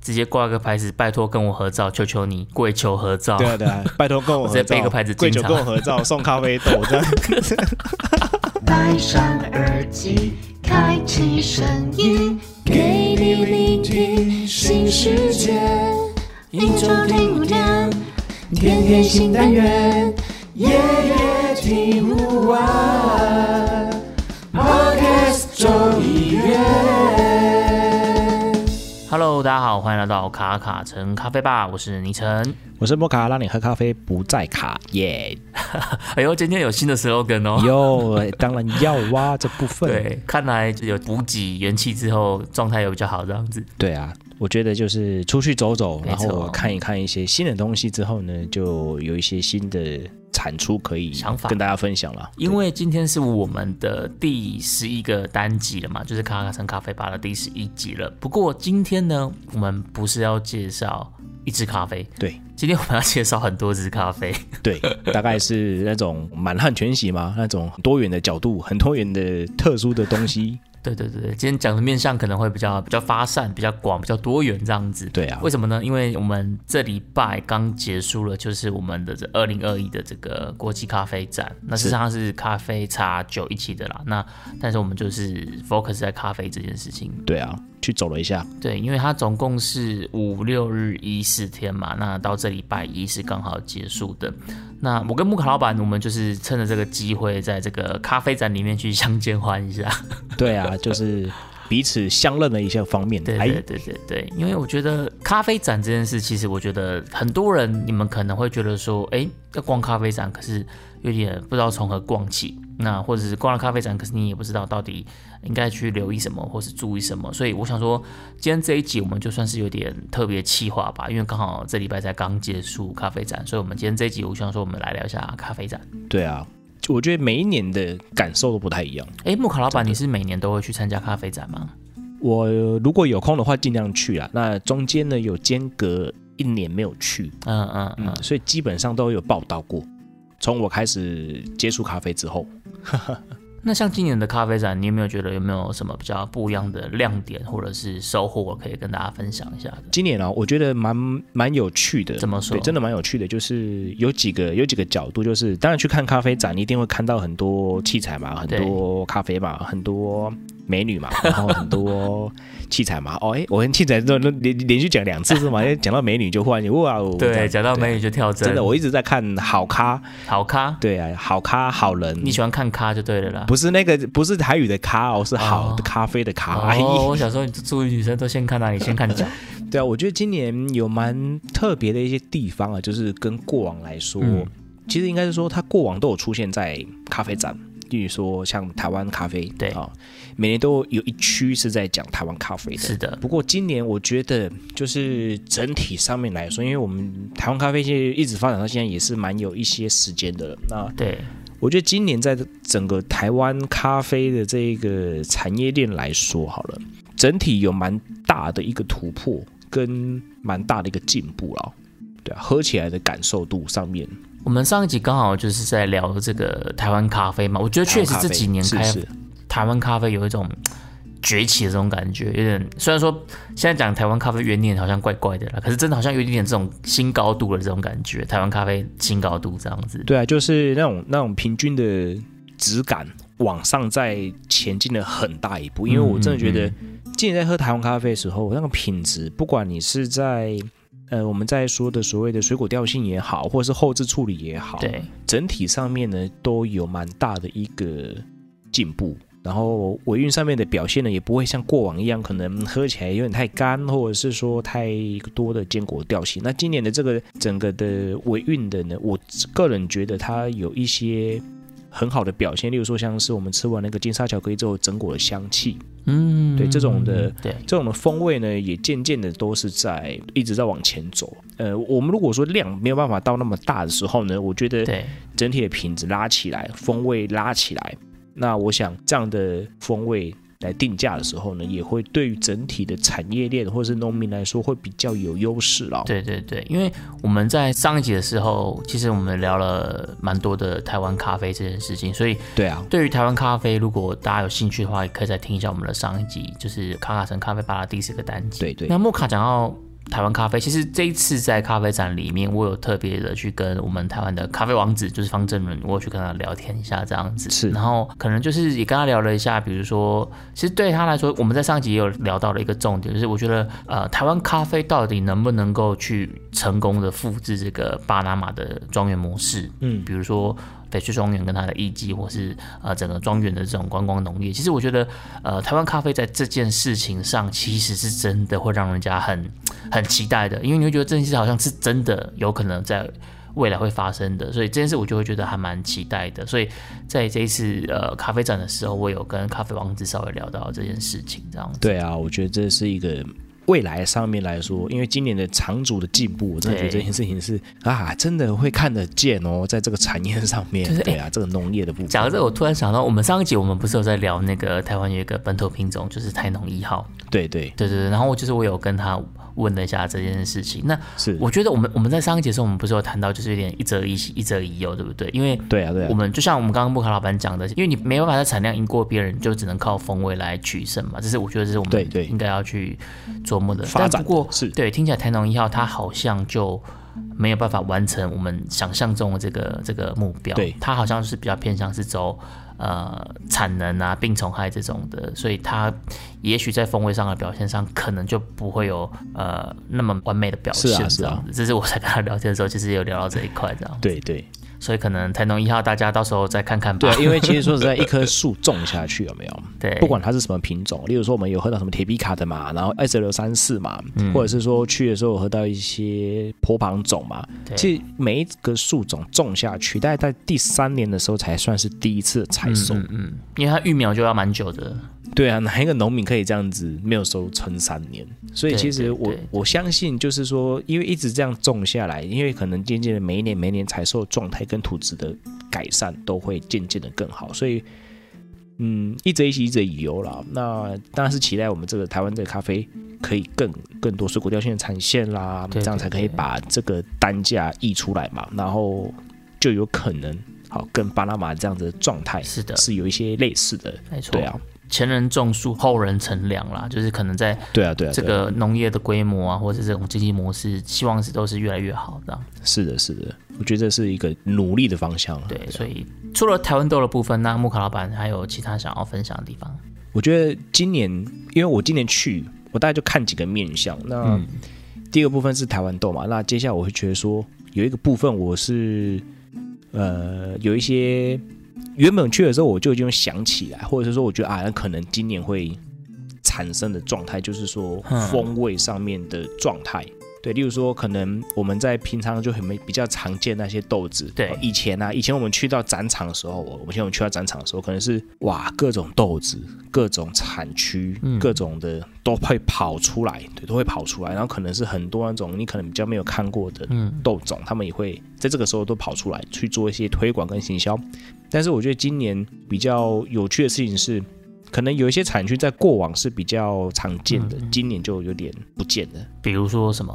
直接挂个牌子，拜托跟我合照，求求你，跪求合照。对啊对 啊，拜托跟我我合直接照，背个牌子跪进求场跟我合照，送咖啡豆这样。戴上耳机，开启声音，给你聆听新世界。一周听五天，天天新单元，夜夜听不完。Podcast 周一月。 Hello，大家好，欢迎来到卡卡城咖啡吧，我是倪晨。 我是摩卡，让你喝咖啡不再卡耶。 哎呦，今天有新的 slogan 哦。哟、当然要哇，这部分对，看来有补给元气之后，状态有比较好这样子。对啊，我觉得就是出去走走，没然后错我看一看一些新的东西之后呢，就有一些新的产出可以想法跟大家分享了。因为今天是我们的第十一个单集了嘛，就是卡卡城咖啡吧的第十一集了。不过今天呢，我们不是要介绍一支咖啡，对今天我们要介绍很多支咖啡。 对，大概是那种满汉全席嘛，那种多元的角度，很多元的特殊的东西。对对对对，今天讲的面向可能会比较比较发散、比较广、比较多元这样子。对啊为什么呢？因为我们这礼拜刚结束了，就是我们的这二零二一的这个国际咖啡展，那事实上是咖啡茶酒一起的啦。那但是我们就是 focus 在咖啡这件事情。对啊，去走了一下，对，因为它总共是五六日一四天嘛，那到这礼拜一是刚好结束的。那我跟木卡老板，我们就是趁着这个机会，在这个咖啡展里面去相见欢一下。 对啊，就是彼此相认了一下方面。对哎对对对对，因为我觉得咖啡展这件事，其实我觉得很多人你们可能会觉得说，哎，要逛咖啡展，可是有点不知道从何逛起。那或者是逛了咖啡展，可是你也不知道到底应该去留意什么，或是注意什么。所以我想说，今天这一集我们就算是有点特别企划吧，因为刚好这礼拜才刚结束咖啡展，所以我们今天这一集我想说，我们来聊一下咖啡展。对啊，我觉得每一年的感受都不太一样。哎，木卡老板，你是每年都会去参加咖啡展吗？我如果有空的话，尽量去啦。那中间呢，有间隔一年没有去，嗯嗯嗯嗯，，所以基本上都有报道过。从我开始接触咖啡之后，那像今年的咖啡展，你有没有觉得有没有什么比较不一样的亮点或者是收获可以跟大家分享一下的？今年啊，我觉得蛮蛮有趣的。怎么说对，真的蛮有趣的，就是有几个有几个角度，就是当然去看咖啡展，你一定会看到很多器材嘛，嗯很对多咖啡嘛，很多美女嘛，然后很多器材嘛。哦，哎，我跟器材都连连续讲两次是吗？因为讲到美女就忽然哇哦，这样对，讲到美女就跳针，真的，我一直在看好咖，好咖，对啊，好咖好人，你喜欢看咖就对了啦。不是那个不是台语的咖哦，是好哦的咖啡的咖。哎哦，我小时候注意女生都先看哪里，先看 脚。对啊，我觉得今年有蛮特别的一些地方啊，就是跟过往来说，嗯其实应该是说它过往都有出现在咖啡展，例如说像台湾咖啡，对啊、每年都有一区是在讲台湾咖啡的。是的，不过今年我觉得就是整体上面来说，因为我们台湾咖啡现在一直发展到现在也是蛮有一些时间的了。那对，我觉得今年在整个台湾咖啡的这个产业链来说，好了，整体有蛮大的一个突破，跟蛮大的一个进步了。对啊，喝起来的感受度上面，我们上一集刚好就是在聊这个台湾咖啡嘛，我觉得确实这几年开台湾咖啡是是台湾咖啡有一种崛起的这种感觉，有点虽然说现在讲台湾咖啡元年好像怪怪的啦，可是真的好像有一点点这种新高度的这种感觉，台湾咖啡新高度这样子。对啊，就是那种那种平均的质感往上在前进了很大一步。因为我真的觉得嗯，今年在喝台湾咖啡的时候，那个品质，不管你是在呃我们在说的所谓的水果调性也好，或者是后置处理也好，对，整体上面呢都有蛮大的一个进步。然后尾韵上面的表现呢，也不会像过往一样，可能喝起来有点太干，或者是说太多的坚果调性。那今年的这个整个的尾韵的呢，我个人觉得它有一些很好的表现，例如说像是我们吃完那个金沙巧克力之后，整果的香气，嗯对这种的对这种的风味呢，也渐渐的都是在一直在往前走。呃，我们如果说量没有办法到那么大的时候呢，我觉得对，整体的品质拉起来，风味拉起来。那我想这样的风味来定价的时候呢，也会对于整体的产业链或是农民来说会比较有优势了。对对对，因为我们在上一集的时候，其实我们聊了蛮多的台湾咖啡这件事情，所以对啊，对于台湾咖啡，如果大家有兴趣的话，也可以再听一下我们的上一集，就是卡卡城咖啡吧的第四个单集。对对那莫卡讲到台湾咖啡。其实这一次在咖啡展里面，我有特别的去跟我们台湾的咖啡王子，就是方正伦，我有去跟他聊天一下这样子。是然后可能就是也跟他聊了一下，比如说，其实对他来说，我们在上一集也有聊到了一个重点，就是我觉得呃，台湾咖啡到底能不能够去成功的复制这个巴拿马的庄园模式？嗯比如说北区庄园跟它的艺妓，或是呃整个庄园的这种观光农业，其实我觉得呃台湾咖啡在这件事情上，其实是真的会让人家很很期待的，因为你会觉得这件事好像是真的有可能在。未来会发生的，所以这件事我就会觉得还蛮期待的。所以在这一次呃咖啡展的时候，我有跟咖啡王子稍微聊到这件事情，这样子。对啊，我觉得这是一个未来上面来说，因为今年的长足的进步，我真的觉得对这件事情是啊，真的会看得见哦，在这个产业上面，就是对啊，这个农业的部分，讲到这个，我突然想到，我们上一集我们不是有在聊那个台湾有一个本土品种，就是台农一号。对对对对对，然后就是我有跟他问了一下这件事情。那是，我觉得我们我们在上一节的时候，我们不是有谈到，就是有点一则一喜，一则一忧，对不对？因为对啊对啊我，们就像我们刚刚木卡老板讲的，因为你没办法在产量赢过别人，就只能靠风味来取胜嘛。这是我觉得这是我们对对应该要去琢磨的。发但展不过的是对，听起来台农一号它好像就没有办法完成我们想象中的这个这个目标。对它好像是比较偏向是走呃产能啊、病虫害这种的，所以它也许在风味上的表现上，可能就不会有呃那么完美的表是啊现。是这啊样子，这是我在跟他聊天的时候，其实也有聊到这一块这样。对对所以可能台农一号大家到时候再看看吧对。啊，因为其实说实在，一棵树种下去有没有？ 对，不管它是什么品种，例如说我们有喝到什么铁皮卡的嘛，然后二十六三四嘛，嗯或者是说去的时候有喝到一些坡旁种嘛，对其实每一个树种种下去，大概在第三年的时候才算是第一次采收。嗯嗯，因为它育苗就要蛮久的，对啊，哪一个农民可以这样子没有收成三年？所以对其实对我对我相信，就是说，因为一直这样种下来，因为可能渐渐的每一年每一年采收状态跟土质的改善都会渐渐的更好，所以嗯，一直一起一直以游啦。那当然是期待我们这个台湾这个咖啡可以更更多水果调性的产线啦，对这样才可以对对把这个单价溢出来嘛，然后就有可能好跟巴拿马这样子的状态是的，是有一些类似的，没错。对啊，前人种树，后人乘凉啦，就是可能在对啊，对啊，这对啊个农业的规模啊，或者这种经济模式，希望是都是越来越好啊这样。是的，是的，我觉得这是一个努力的方向了。对，啊所以除了台湾豆的部分，那木卡老板还有其他想要分享的地方？我觉得今年，因为我今年去，我大概就看几个面向。那嗯第一个部分是台湾豆嘛，那接下来我会觉得说，有一个部分我是呃有一些原本去的时候我就已经想起来，或者是说我觉得啊，那可能今年会产生的状态，就是说嗯风味上面的状态。对，例如说，可能我们在平常就很没比较常见那些豆子。对哦以前啊，以前我们去到展场的时候，我我们现在我们去到展场的时候，可能是哇，各种豆子、各种产区、嗯各种的都会跑出来，对，都会跑出来。然后可能是很多那种你可能比较没有看过的嗯，豆种，他们也会在这个时候都跑出来去做一些推广跟行销。但是我觉得今年比较有趣的事情是，可能有一些产区在过往是比较常见的，嗯嗯今年就有点不见了。比如说什么？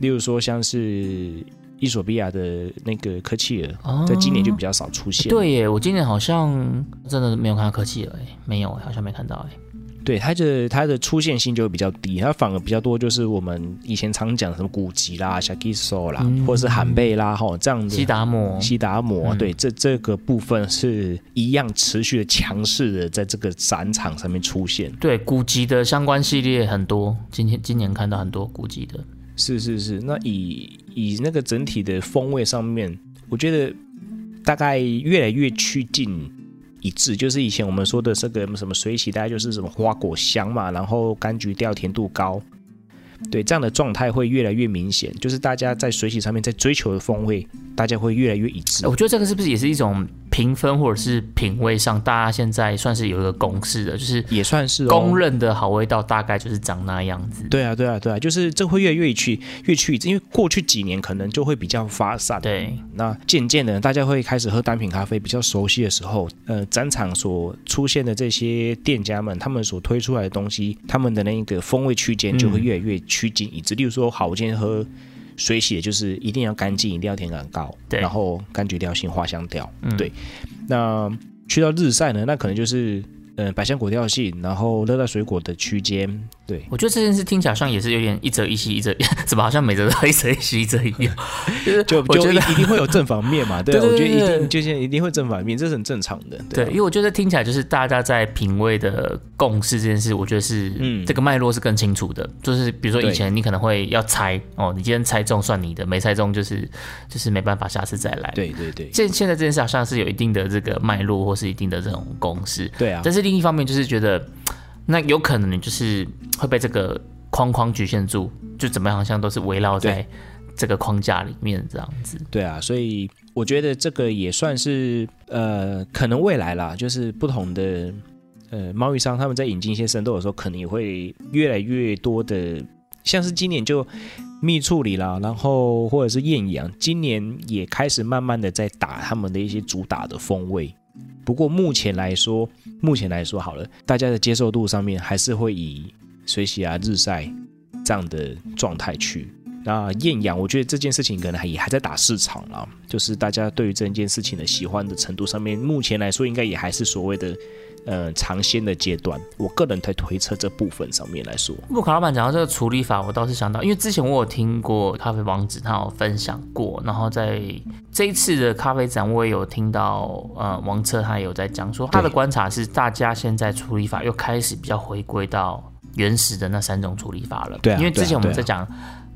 例如说像是伊索比亚的那个科契尔，哦，在今年就比较少出现。对耶，我今年好像真的没有看到科技了耶，没有耶，好像没看到哎。对它的它的出现性就会比较低，它反而比较多就是我们以前常讲的什么古籍啦、小吉索啦，嗯或者是罕贝啦，吼这样子。西达摩，啊西达摩，嗯对这这个部分是一样持续的强势的在这个展场上面出现。对古籍的相关系列很多，今天今年看到很多古籍的，是是是，那以以那个整体的风味上面，我觉得大概越来越趋近一致。就是以前我们说的这个什么水洗，大概就是什么花果香嘛，然后柑橘调甜度高，对这样的状态会越来越明显。就是大家在水洗上面在追求的风味，大家会越来越一致。我觉得这个是不是也是一种评分或者是品味上，大家现在算是有一个共识的，就是也算是、哦、公认的好味道大概就是长那样子。对啊，对啊，对啊，就是这会越来越去越去，因为过去几年可能就会比较发散。对，那渐渐的，大家会开始喝单品咖啡，比较熟悉的时候，呃，展场所出现的这些店家们，他们所推出来的东西，他们的那个风味区间就嗯会越来越趋近一致。例如说，好，我今天喝水洗的就是一定要干净，一定要甜感高，对然后柑橘调性、花香调，嗯对。那去到日晒呢，那可能就是嗯百香果调性，然后热带水果的区间，对，我觉得这件事听起来好像也是有点一则一夕，一则 怎么好像每则都一则一夕，一则 一样。啊就是就我就觉一得一定会有正反面嘛，对 啊，对我对觉得对一对定就是一定会正反面，这是很正常的，对，啊因为我觉得听起来就是大家在品味的共识这件事，我觉得是嗯这个脉络是更清楚的。就是比如说对以前你可能会要猜哦，你今天猜中算你的，没猜中就是就是没办法，下次再来。，对对对现现在这件事好像是有一定的这个脉络，或是一定的这种公式。对啊，但是另一方面就是觉得，那有可能你就是会被这个框框局限住，就怎么样好像都是围绕在对这个框架里面这样子。对啊，所以我觉得这个也算是呃，可能未来啦，就是不同的呃贸易商他们在引进一些生豆的时候，可能也会越来越多的，像是今年就蜜处理啦，然后或者是艳阳，今年也开始慢慢的在打他们的一些主打的风味。不过目前来说，目前来说好了，大家的接受度上面还是会以水洗啊、日晒这样的状态去。那艳阳，我觉得这件事情可能还也还在打市场啦，就是大家对于这件事情的喜欢的程度上面，目前来说应该也还是所谓的呃尝鲜的阶段。我个人在推测这部分上面来说，木卡老板讲到这个处理法，我倒是想到，因为之前我有听过咖啡王子他有分享过，然后在这一次的咖啡展，我也有听到，呃，王策他也有在讲说，他的观察是大家现在处理法又开始比较回归到原始的那三种处理法了。对啊因为之前我们对啊在讲。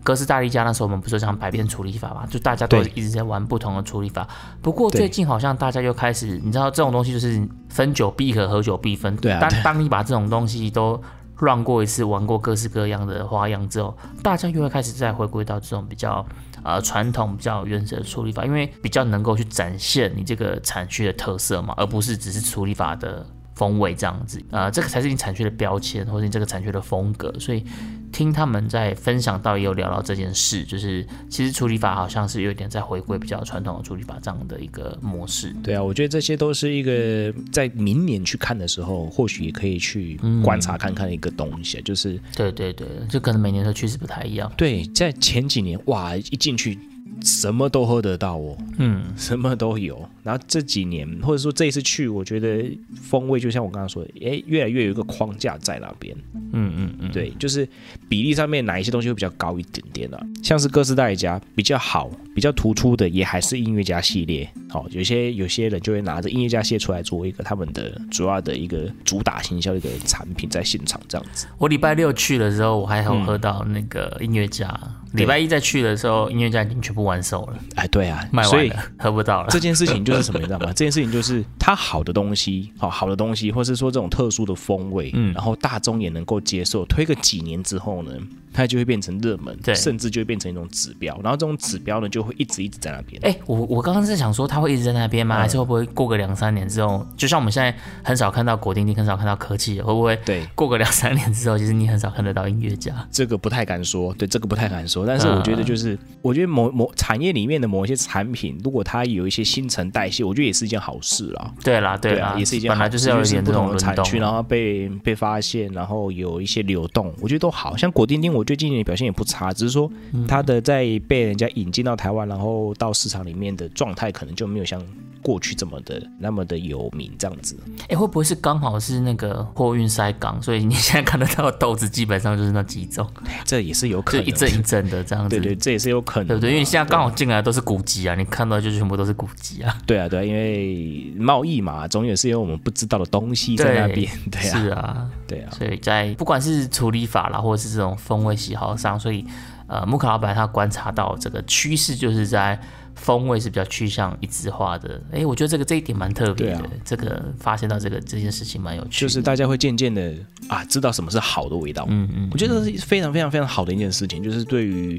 哥斯达黎加那时候，我们不是讲百变处理法嘛？就大家都对一直在玩不同的处理法。不过对最近好像大家又开始，你知道这种东西就是分久必合，合久必分。对啊当对啊当你把这种东西都乱过一次，玩过各式各样的花样之后，大家又会开始再回归到这种比较呃传统、比较原始的处理法，因为比较能够去展现你这个产区的特色嘛，而不是只是处理法的风味这样子。呃，这个才是你产区的标签，或者你这个产区的风格。所以听他们在分享到，也有聊到这件事，就是其实处理法好像是有点在回归比较传统的处理法这样的一个模式。对啊，我觉得这些都是一个在明年去看的时候，或许也可以去观察看看的一个东西，啊就是对对对，就可能每年的趋势不太一样。对，在前几年哇，一进去什么都喝得到哦，嗯，什么都有。然后这几年，或者说这一次去，我觉得风味就像我刚刚说的，诶，越来越有一个框架在那边。嗯嗯嗯，对，就是比例上面哪一些东西会比较高一点点啊？像是哥斯达黎加比较好、比较突出的，也还是音乐家系列。哦，有些有些人就会拿着音乐家系列出来作为一个他们的主要的一个主打行销的一个产品，在现场这样子。我礼拜六去的时候，我还有喝到那个音乐家。礼、拜一再去的时候，音乐家已经全部完售了，哎，嗯对啊卖，所完以了， 喝不到了。这件事情就是什么，你知道吗？这件事情就是它好的东西，好好的东西，或是说这种特殊的风味，嗯然后大众也能够接受，推个几年之后呢，它就会变成热门，对甚至就会变成一种指标，然后这种指标呢，就会一直一直在那边。哎、我我刚刚是想说，他会一直在那嗯边吗？还是会不会过个两三年之后，就像我们现在很少看到果丁丁，很少看到科技了，会不会对，过个两三年之后，其实你很少看得到音乐家？这个不太敢说，对，这个不太敢说。但是我觉啊得就是，我觉得某某产业里面的某一些产品，如果它有一些新陈代谢，我觉得也是一件好事啦。对啦，对啦，啊，也是一件本来好就是事要有是点不这种同的轮产区，然动。啊后被被发现，然后有一些流动，我觉得都好像果丁丁，我觉得今年表现也不差，只是说它的在被人家引进到台湾，然后到市场里面的状态，可能就没有像过去这么的那么的有名这样子。哎、会不会是刚好是那个货运塞港，所以你现在看得到的豆子基本上就是那几种，这也是有可就能的，一阵一阵的这样子。对对，这也是有可能的对不啊，对？因为现在刚好进来都是古籍啊，你看到就全部都是古籍 啊。对啊对啊，因为贸易嘛，总有是有我们不知道的东西在那 对边， 对啊是啊，对啊，所以在不管是处理法啦，或者是这种风味喜好上，所以呃，木卡老板他观察到这个趋势，就是在风味是比较趋向一致化的。哎，我觉得这个这一点蛮特别的，对啊这个发现到这个这件事情蛮有趣就的。是大家会渐渐的啊，知道什么是好的味道，嗯嗯，我觉得这是非常非常非常好的一件事情，就是对于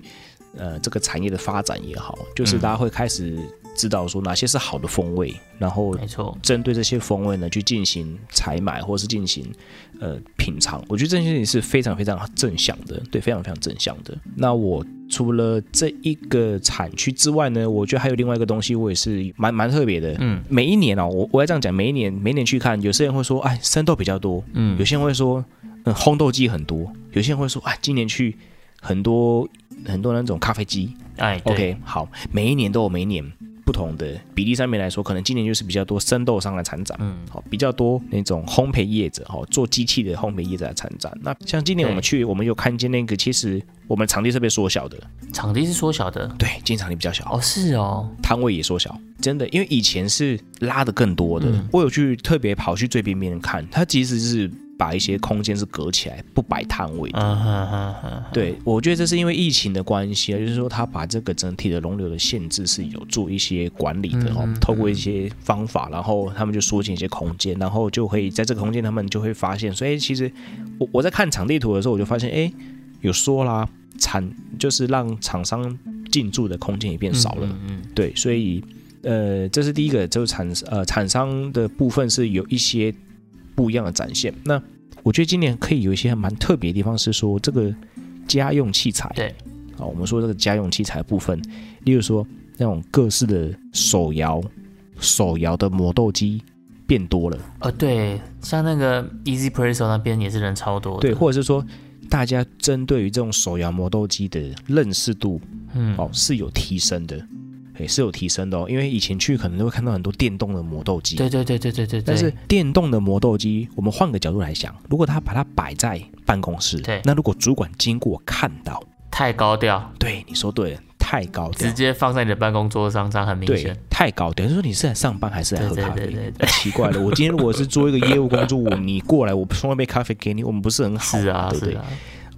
呃这个产业的发展也好，嗯就是大家会开始知道说哪些是好的风味，然后没错。针对这些风味呢去进行采买或是进行呃品尝。我觉得这件事情是非常非常正向的，对，非常非常正向的。那我除了这一个产区之外呢，我觉得还有另外一个东西，我也是蛮蛮特别的。嗯，每一年哦，我我要这样讲，每一年每一年去看，有些人会说，哎，生豆比较多，嗯有些人会说，嗯，烘豆机很多；有些人会说，啊，今年去很多很多那种咖啡机。哎对 OK，好，每一年都有每一年不同的比例上面来说，可能今年就是比较多生豆商来参展，嗯，好，比较多那种烘焙业者，好，做机器的烘焙业者来参展。那像今年我们对去，我们有看见那个，其实我们场地是被缩小的，场地是缩小的对，今天场地比较小，哦，是哦，摊位也缩小，真的，因为以前是拉的更多的。我有去特别跑去最边边看，它其实是把一些空间是隔起来，不摆摊位的。嗯哼哼哼，对，我觉得这是因为疫情的关系啊，就是说它把这个整体的容流的限制是有做一些管理嗯的哦，透过一些方法，然后他们就缩进一些空间，然后就可以在这个空间，他们就会发现，所以其实我我在看场地图的时候，我就发现，哎，有缩啦，产就是让厂商进驻的空间也变少了。嗯对，所以呃，这是第一个，就是厂呃厂商的部分是有一些不一样的展现。那我觉得今年可以有一些蛮特别的地方，是说这个家用器材，对，啊，我们说这个家用器材的部分，例如说那种各式的手摇、手摇的磨豆机变多了，呃，对，像那个 Easy Presso 那边也是人超多的，对，或者是说。大家针对于这种手摇磨豆机的认识度嗯，哦是有提升的，也是有提升的哦。因为以前去可能都会看到很多电动的磨豆机，对对对对对对，但是对电动的磨豆机，我们换个角度来想，如果他把它摆在办公室，对那如果主管经过看到，太高调，对，啊你说对了，太高调直，接放在你的办公桌上，这样很明对显，，太高调，就是说你是来上班还是来喝对咖啡？对对对对那奇怪了，我今天如果是做一个业务工作，我你过来，我冲一杯咖啡给你，我们不是很好吗，是啊对不是对啊，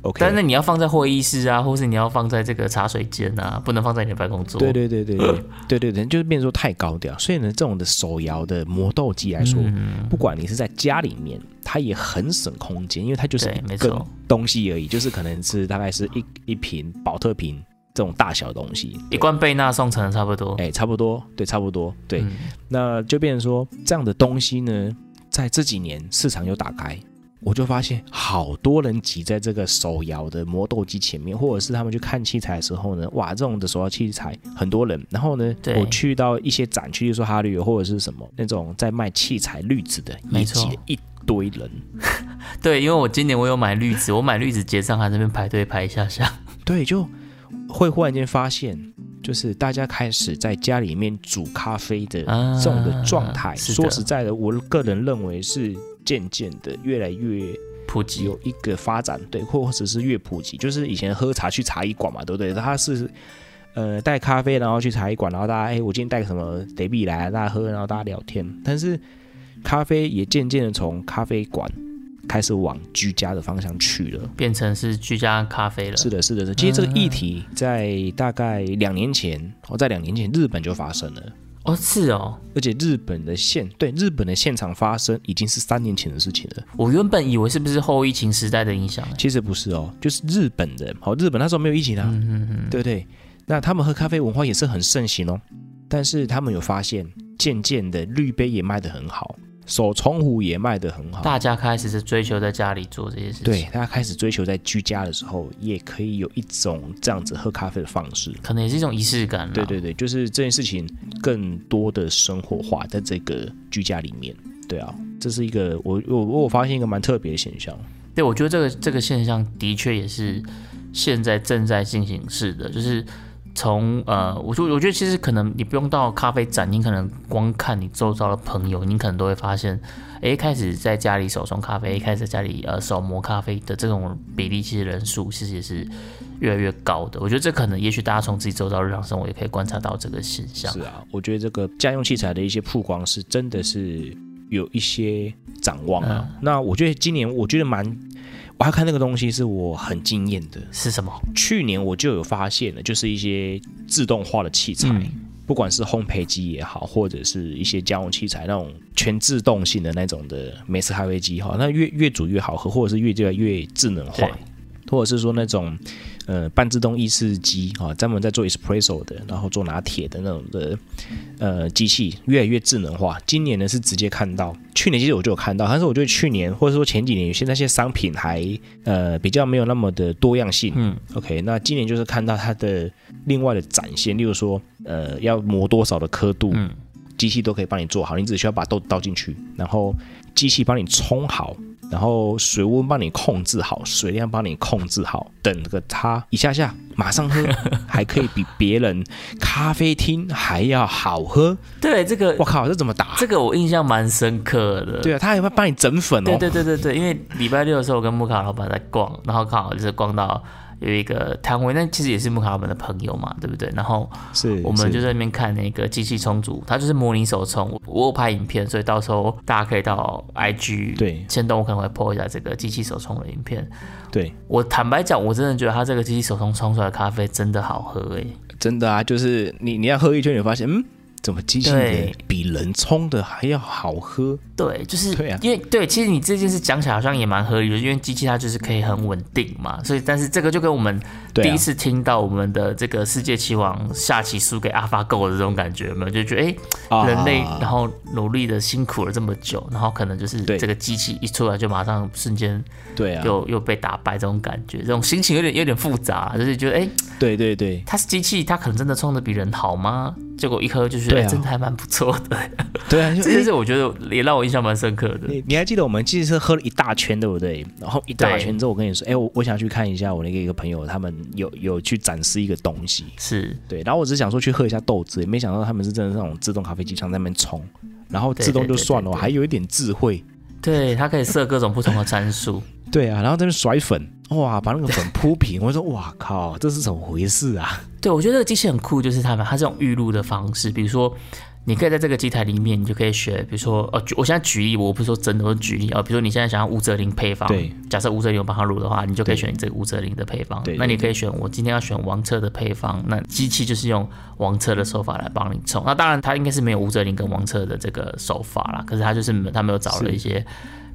？OK，但是你要放在会议室啊，或是你要放在这个茶水间啊，不能放在你的办公桌，对对 对对对对对对，就是变成说太高调，所以呢，这种的手摇的磨豆机来说，嗯不管你是在家里面，它也很省空间，因为它就是对一没个错东西而已，就是可能是大概是一一瓶保特瓶这种大小的东西，一罐贝纳颂成的差不多，哎、差不多，对，差不多，对，嗯那就变成说这样的东西呢，在这几年市场有打开。我就发现好多人挤在这个手摇的磨豆机前面，或者是他们去看器材的时候呢，哇，这种的手摇器材很多人。然后呢，对我去到一些展区，就说哈绿或者是什么那种在卖器材滤纸的，没也错挤了一堆人。对，因为我今年我有买绿植，我买绿植结账还在那边排队排一下下。对，就会忽然间发现，就是大家开始在家里面煮咖啡的啊这种的状态。是的说实在的，我个人认为是渐渐的越来越普及有一个发展，对，或者是越普及，就是以前喝茶去茶艺馆嘛，对不对？它是。呃，带咖啡，然后去茶艺馆，然后大家，哎，我今天带个什么得必来啊，大家喝，然后大家聊天。但是咖啡也渐渐的从咖啡馆开始往居家的方向去了。变成是居家咖啡了，是的，是的，是的。其实这个议题在大概两年前，哦，在两年前日本就发生了，哦，是哦。而且日本的现对日本的现场发生已经是三年前的事情了。我原本以为是不是后疫情时代的影响，其实不是哦，就是日本人，好、日本那时候没有疫情啊，对不对？那他们喝咖啡文化也是很盛行哦，但是他们有发现，渐渐的绿杯也卖得很好，手冲壶也卖得很好，大家开始是追求在家里做这些事情，对，，大家开始追求在居家的时候也可以有一种这样子喝咖啡的方式。可能也是一种仪式感啦。对对对，就是这件事情更多的生活化在这个居家里面。对啊，这是一个我我我发现一个蛮特别的现象。对，我觉得这个这个现象的确也是现在正在进行式的，就是从呃，我就我觉得其实可能你不用到咖啡展，你可能光看你周遭的朋友，你可能都会发现，诶，开始在家里手冲咖啡，嗯开始在家里呃手磨咖啡的这种比例，其实人数其实也是越来越高的。我觉得这可能也许大家从自己周遭日常生活也可以观察到这个现象是。啊，我觉得这个家用器材的一些曝光是真的是有一些展望啊。那我觉得今年我觉得蛮，我还看那个东西是我很惊艳的。是什么？ 去年我就有发现了，就是一些自动化的器材。嗯不管是烘焙机也好，或者是一些家用器材那种全自动性的那种的美式咖啡机哈，那越越煮越好喝，或者是越越来越智能化对，或者是说那种呃半自动意式机哈，专门在做 espresso 的，然后做拿铁的那种的呃机器越来越智能化。今年呢是直接看到，去年其实我就有看到，但是我觉得去年或者说前几年有些那些商品还呃比较没有那么的多样性，嗯，OK，那今年就是看到它的另外的展现，例如说呃要磨多少的刻度，嗯，机器都可以帮你做好，你只需要把豆倒进去，然后机器帮你冲好，然后水温帮你控制好，水量帮你控制好，等个它一下下马上喝， 还可以比别人咖啡厅还要好喝。对，这个我靠，这怎么打啊、 这个我印象蛮深刻的。对啊，他还会帮你整粉哦。对对对对对，因为礼拜六的时候，我跟木卡老板在逛，然后刚好就是逛到有一个摊位，那其实也是木卡老板的朋友嘛，对不对？然后是我们就在那边看那个机器冲煮，它就是模拟手冲。我我有拍影片，所以到时候大家可以到 IG 对先动我可能会 po 一下这个机器手冲的影片。对，我坦白讲，我真的觉得它这个机器手冲冲出来的咖啡真的好喝欸诶、真的啊，就是你你要喝一圈，你会发现嗯，怎么机器的对比人冲的还要好喝？对，就是对啊因为对，其实你这件事讲起来好像也蛮合理的，因为机器它就是可以很稳定嘛，所以但是这个就跟我们对啊第一次听到我们的这个世界棋王下棋输给阿法狗的这种感觉，有没有？就觉得哎、啊人类然后努力的辛苦了这么久，然后可能就是对这个机器一出来就马上瞬间对啊，又、又被打败这种感觉，这种心情有点有点复杂，就是觉得哎、对对对，它是机器，它可能真的冲的比人好吗？结果一喝就是、对哎啊真的还蛮不错的， 对啊，就这件事我觉得也让我印象蛮深刻的。你你还记得我们其实是喝了一大圈，对不对？然后一大对圈之后，我跟你说，哎，我我想去看一下我那个一个朋友，他们有有去展示一个东西，是对，然后我只是想说去喝一下豆子，也没想到他们是真的那种自动咖啡机上在那边冲，然后对自动就对对算了，对对还有一点智慧，对，它可以设各种不同的参数。对啊，然后在那边甩粉，哇，把那个粉铺平，我说哇靠，这是怎么回事啊？ 对，我觉得这个机器很酷，就是他们它是用预录的方式，比如说。你可以在这个机台里面，你就可以学，比如说，呃，举我现在举例，我不是说真的，我举例啊、呃，比如说你现在想要吴哲林配方，对，假设吴哲林有帮他录的话，你就可以选你这个吴哲林的配方，对对那你可以选我今天要选王策的配方，那机器就是用王策的手法来帮你冲，那当然它应该是没有吴哲林跟王策的这个手法啦，可是它就是它没有找了一些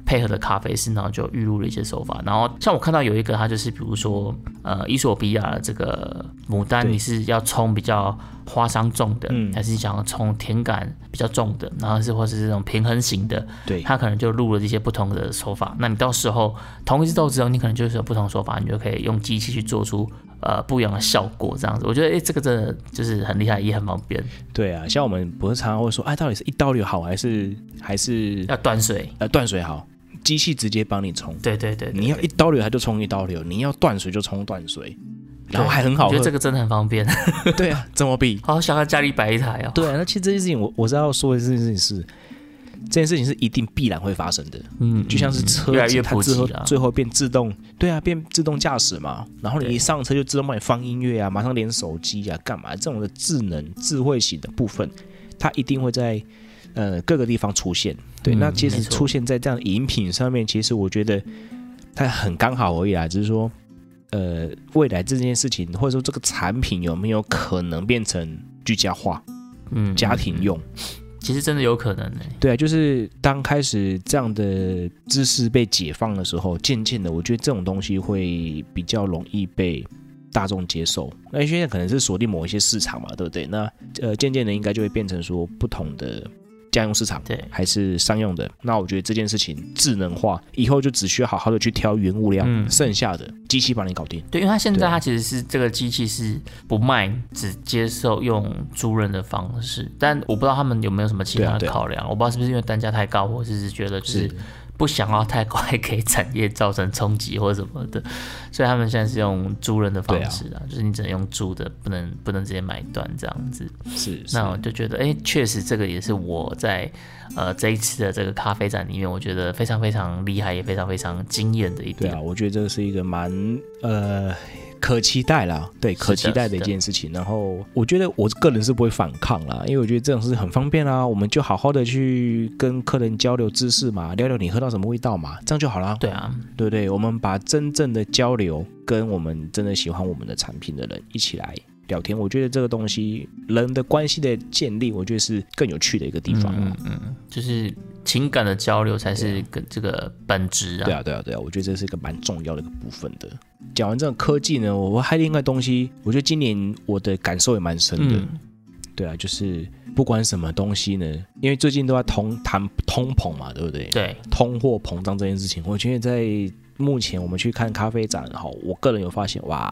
配合的咖啡师，然后就预录了一些手法。然后像我看到有一个，它就是比如说，呃，伊索比亚的这个牡丹，你是要冲比较花香重的，还是你想要冲甜感比较重的，然后是或者是这种平衡型的，对它可能就录了这些不同的手法。那你到时候同一只豆子哦，你可能就是有不同手法，你就可以用机器去做出呃不一样的效果，这样子。我觉得诶、这个真的就是很厉害，也很方便，对啊，像我们不是常常会说，哎，到底是一刀流好还是还是要断水。呃断水好？机器直接帮你冲，对对对对你要一刀流它就冲一刀流，你要断水就冲断水，然后还很好我觉喝。得这个真的很方便， 对啊，怎么比？好想要家里摆一台哦。对啊，那其实这件事情我我是要说的这件事情是，这件事情是一定必然会发生的。嗯，就像是车越来子越它普之及后了啊最后变自动，对啊，变自动驾驶嘛。然后你一上车就自动帮你放音乐啊，马上连手机啊，干嘛？这种的智能智慧型的部分，它一定会在呃各个地方出现。对，嗯那其实没错出现在这样的饮品上面，其实我觉得它很刚好而已啦，只是说。呃，未来这件事情，或者说这个产品有没有可能变成居家化、嗯家庭用？其实真的有可能欸呢、对啊，就是当开始这样的知识被解放的时候，渐渐的，我觉得这种东西会比较容易被大众接受。那现在可能是锁定某一些市场嘛，对不对？那呃，渐渐的应该就会变成说不同的家用市场。对，还是商用的，那我觉得这件事情智能化以后就只需要好好的去挑原物料，嗯剩下的机器帮你搞定。对，因为它现对在啊它其实是这个机器是不卖，只接受用租赁的方式，但我不知道他们有没有什么其对啊他的对啊考量，我不知道是不是因为单价太高，或者是觉得就是是不想要太快给产业造成冲击或什么的，所以他们现在是用租赁的方对啊式啊，就是你只能用租的，不能不能直接买断这样子。是，是那我就觉得，哎、确实这个也是我在呃这一次的这个咖啡展里面，我觉得非常非常厉害，也非常非常惊艳的一对点。啊，我觉得这是一个蛮呃可期待啦，对，可期待的一件事情。然后我觉得我个人是不会反抗啦，因为我觉得这种事很方便啦，我们就好好的去跟客人交流知识嘛，聊聊你喝到什么味道嘛，这样就好啦，对啊，对不对？我们把真正的交流跟我们真的喜欢我们的产品的人一起来。聊天，我觉得这个东西人的关系的建立，我觉得是更有趣的一个地方啊啦、嗯嗯嗯，就是情感的交流才是跟这个本质啊。对啊，对啊，对啊，我觉得这是一个蛮重要的一个部分的。讲完这种科技呢，我还有另外一个东西，我觉得今年我的感受也蛮深的。嗯，对啊，就是不管什么东西呢，因为最近都在通谈通膨嘛，对不对？对，通货膨胀这件事情，我觉得在目前我们去看咖啡展哈，我个人有发现哇，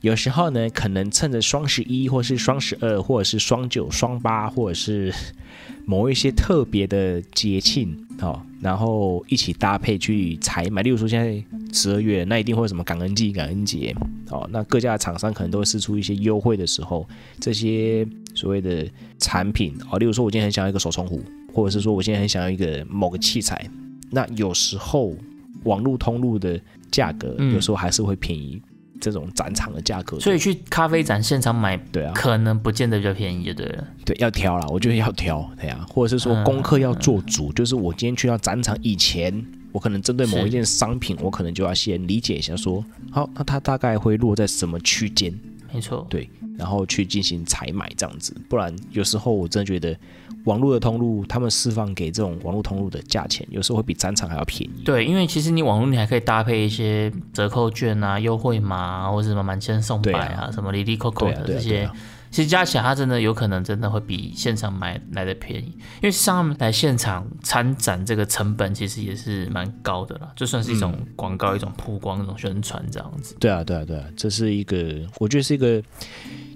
有时候呢，可能趁着双十一或是双十二，或者是双九、双八，或者是某一些特别的节庆哦，然后一起搭配去采买。例如说现在十二月，那一定会有什么感恩季、感恩节哦，那各家厂商可能都会试出一些优惠的时候，这些所谓的产品哦，例如说我今天很想要一个手冲壶，或者是说我现在很想要一个某个器材，那有时候网络通路的价格嗯有时候还是会便宜这种展场的价格的，所以去咖啡展现场买，对啊，可能不见得比较便宜，就对了。对，要挑啦，我觉得要挑，对啊，或者是嗯说功课要做足，就是我今天去到展场以前，我可能针对某是一件商品，我可能就要先理解一下说，好，那它大概会落在什么区间，没错，对，然后去进行采买这样子，不然有时候我真的觉得网络的通路，他们释放给这种网络通路的价钱，有时候会比展场还要便宜。对，因为其实你网络你还可以搭配一些折扣券啊、优惠码啊，或者什么满千送百对啊、什么里里扣扣对啊的对啊这对些啊，其实加起来它真的有可能真的会比现场买来的便宜，因为上来现场参展这个成本其实也是蛮高的啦，就算是一种广告、一种曝光、一种宣传这样子。对啊，对啊，对啊，这是一个，我觉得是一个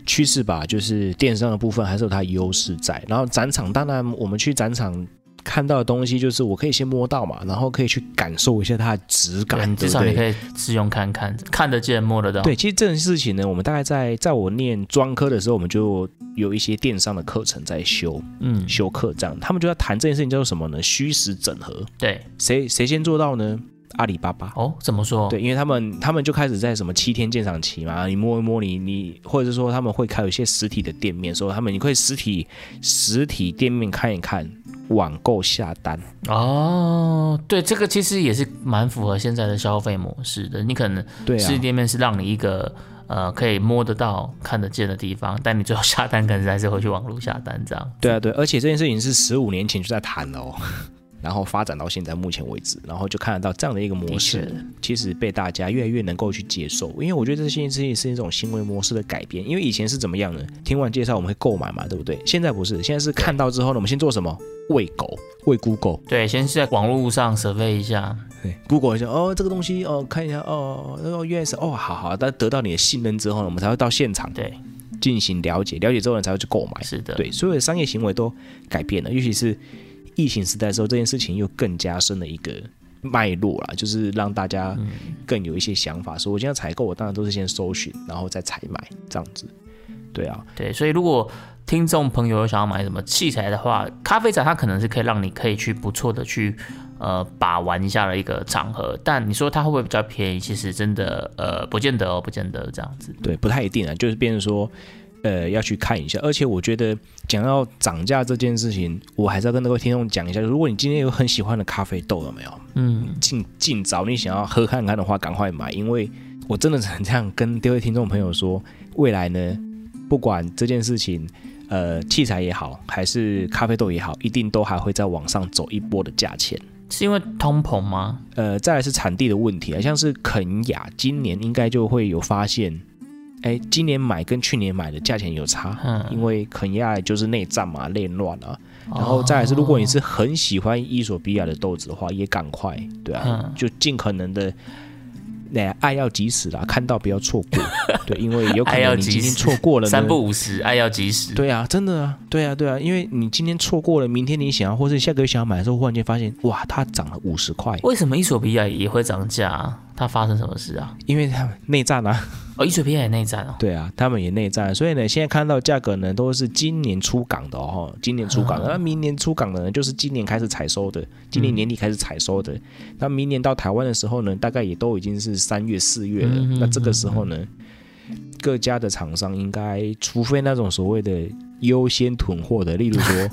趋势吧，就是电商的部分还是有它的优势在。然后展场，当然我们去展场看到的东西，就是我可以先摸到嘛，然后可以去感受一下它的对质感，你对至不少你对？可以试用看看，看得见摸得到。对，其实这件事情呢，我们大概在在我念专科的时候，我们就有一些电商的课程在修嗯，修课，这样他们就在谈这件事情叫做什么呢？虚实整合，对。谁谁先做到呢？阿里巴巴。哦，怎么说？对，因为他们他们就开始在什么七天鉴赏期嘛，啊你摸一摸你你，或者是说他们会开有一些实体的店面，说他们你可以实体实体店面看一看，网购下单。哦，对，这个其实也是蛮符合现在的消费模式的。你可能对实体啊，店面是让你一个呃可以摸得到、看得见的地方，但你最后下单可能还是会去网络下单这样。对啊，对，而且这件事情是十五年前就在谈了哦， 然后发展到现在目前为止，然后就看得到这样的一个模式的，其实被大家越来越能够去接受。因为我觉得这件事情是一种行为模式的改变，因为以前是怎么样呢？听完介绍我们会购买嘛，对不对？现在不是，现在是看到之后呢，我们先做什么？喂狗，喂 Google。对，先是在网络上 survey 一下，对，Google 一下哦，这个东西哦，看一下哦，哦，原来是哦，好好，但得到你的信任之后呢，我们才会到现场对，进行了解，了解之后呢，才会去购买。是的，对，所有的商业行为都改变了，尤其是疫情时代之后，这件事情又更加深了一个脉络啦，就是让大家嗯更有一些想法，说我今天采购，我当然都是先搜寻，然后再采买这样子。对啊，对，所以如果听众朋友有想要买什么器材的话，咖啡展它可能是可以让你可以去不错的去呃把玩一下的一个场合，但你说它会不会比较便宜？其实真的呃不见得哦，不见得这样子。对，不太一定啊，就是变成说，呃，要去看一下。而且我觉得讲到涨价这件事情，我还是要跟各位听众讲一下，如果你今天有很喜欢的咖啡豆，有没有？嗯，尽尽早你想要喝看看的话，赶快买，因为我真的只能这样跟各位听众朋友说，未来呢，不管这件事情。呃，器材也好，还是咖啡豆也好，一定都还会再往上走一波的价钱。是因为通膨吗？呃，再来是产地的问题啊，像是肯雅，今年应该就会有发现，哎，今年买跟去年买的价钱有差，嗯，因为肯亚就是内战嘛，内乱啊。哦然后再来是，如果你是很喜欢伊索比亚的豆子的话，也赶快，对啊，嗯就尽可能的。那、爱要及时啦，看到不要错 过，对，因为有可爱要能你及今天时错过了呢三不五十，爱要及时。对啊，真的啊，对啊，对啊，因为你今天错过了，明天你想要，或是下个月想要买的时候，忽然间发现，哇，它涨了五十块，为什么伊索比亚也会涨价、啊？它发生什么事啊？因为他们内战啊，哦，伊索比亚也内战哦。 对啊，他们也内战，所以呢，现在看到价格呢都是今年出港的哦，今年出港的，那、明年出港的呢就是今年开始采收的，今年年底开始采收的，那、明年到台湾的时候呢，大概也都已经是三月四月了，嗯哼那这个时候呢，各家的厂商应该，除非那种所谓的优先囤货的，例如说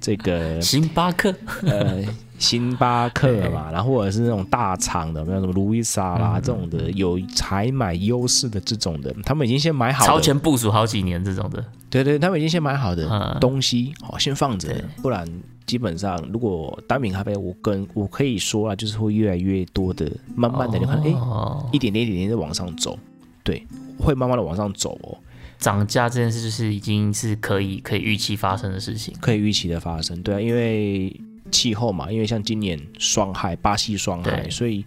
这 个星巴克，呃，星巴克嘛，然后或者是那种大厂的，有没有什么路易莎嗯啦、这种的，有采买优势的这种的，他们已经先买好超了，前部署好几年这种的，对对，他们已经先买好的嗯东西，好、先放着对，不然基本上如果单品咖啡，我跟我可以说啊，就是会越来越多的，慢慢的你看，哎、哦一点点一点点的往上走，对，会慢慢的往上走哦，涨价这件事就是已经是可以可以预期发生的事 情。可以预期的发生，对啊，因为气候嘛，因为像今年双害，巴西双害，呃对所以，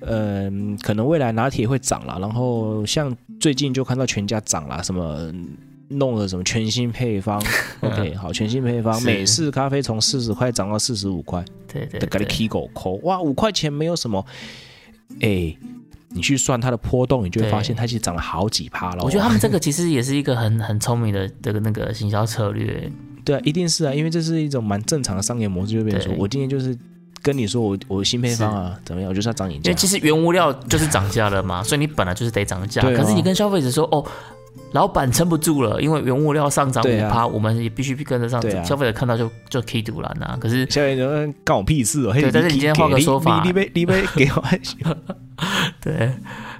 嗯、可能未来拿铁会涨啦，然后像最近就看到全家涨了，什么弄了什么全新 配方嗯，OK，好，全新配方，是美式咖啡从四十块涨到四十五块，对对的给你对， k 狗抠，哇，五块钱没有什么，哎，你去算它的波动，你就会对发现它其实涨了好几趴了。我觉得他们这个其实也是一个很很聪明的这个那个行销策略，对啊，一定是啊，因为这是一种蛮正常的商业模式，就变成说嗯对我今天就是跟你说我我新配方啊怎么样，我就是要涨你因价为。其实原物料就是涨价了嘛，所以你本来就是得涨价。对啊可是你跟消费者说，哦，老板撑不住了，因为原物料上涨对五啊趴，我们也必须跟得上。对啊消费者看到就就 K 堵了呐。可是下面就说干我屁事哦！嘿对但是你今天换个给说法你你被你被给 我对，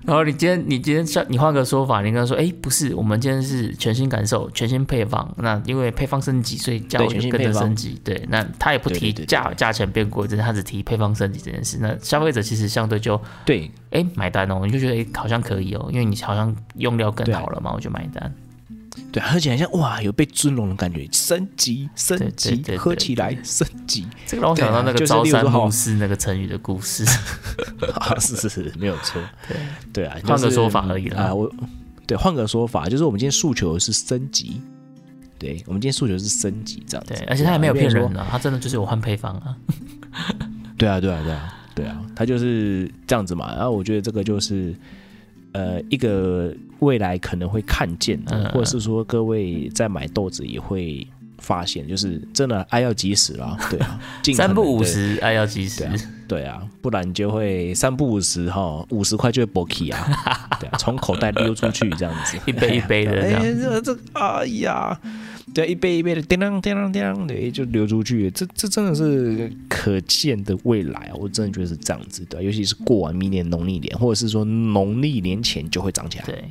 然后你今天你今天像你换个说法，你跟他说，哎，不是，我们今天是全新感受、全新配方，那因为配方升级，所以价对位就全新跟着配方升级。对，那他也不对提对对对价价钱变贵，只是他只提配方升级这件事。那消费者其实相对就对哎买单哦，你就觉得哎好像可以哦，因为你好像用料更对啊好了嘛，我就买单。对，喝起来像哇，有被尊荣的感觉，升级升对对对级对，喝起来升级，这个让我想到那个对啊就是朝例如三说暮四那个成语的故事，啊是是是，没有错。对啊，换个 就是说法而已啊，啦。我对换个说法，就是我们今天诉求是升级，对我们今天诉求是升级这样子。对，而且他也没有骗对啊人啊，他真的就是有换配方啊。对啊，对啊，对啊，对啊，他就是这样子嘛。然后我觉得这个就是，呃，一个未来可能会看见嗯的，嗯或者是说各位在买豆子也会发现，就是真的爱要及时啦，对啊，尽可能三不五对十，爱要及时对。啊对啊，不然你就会三不五十哈，五十块就会 b o k 啊，对啊，从口袋溜出去这样子，一杯一杯的这哎样呀，这这哎呀，对啊，一杯一杯的叮当叮当叮当，对，就流出去，这这真的是可见的未来啊！我真的觉得是这样子的，尤其是过完明年农历年，或者是说农历年前就会涨起来。对，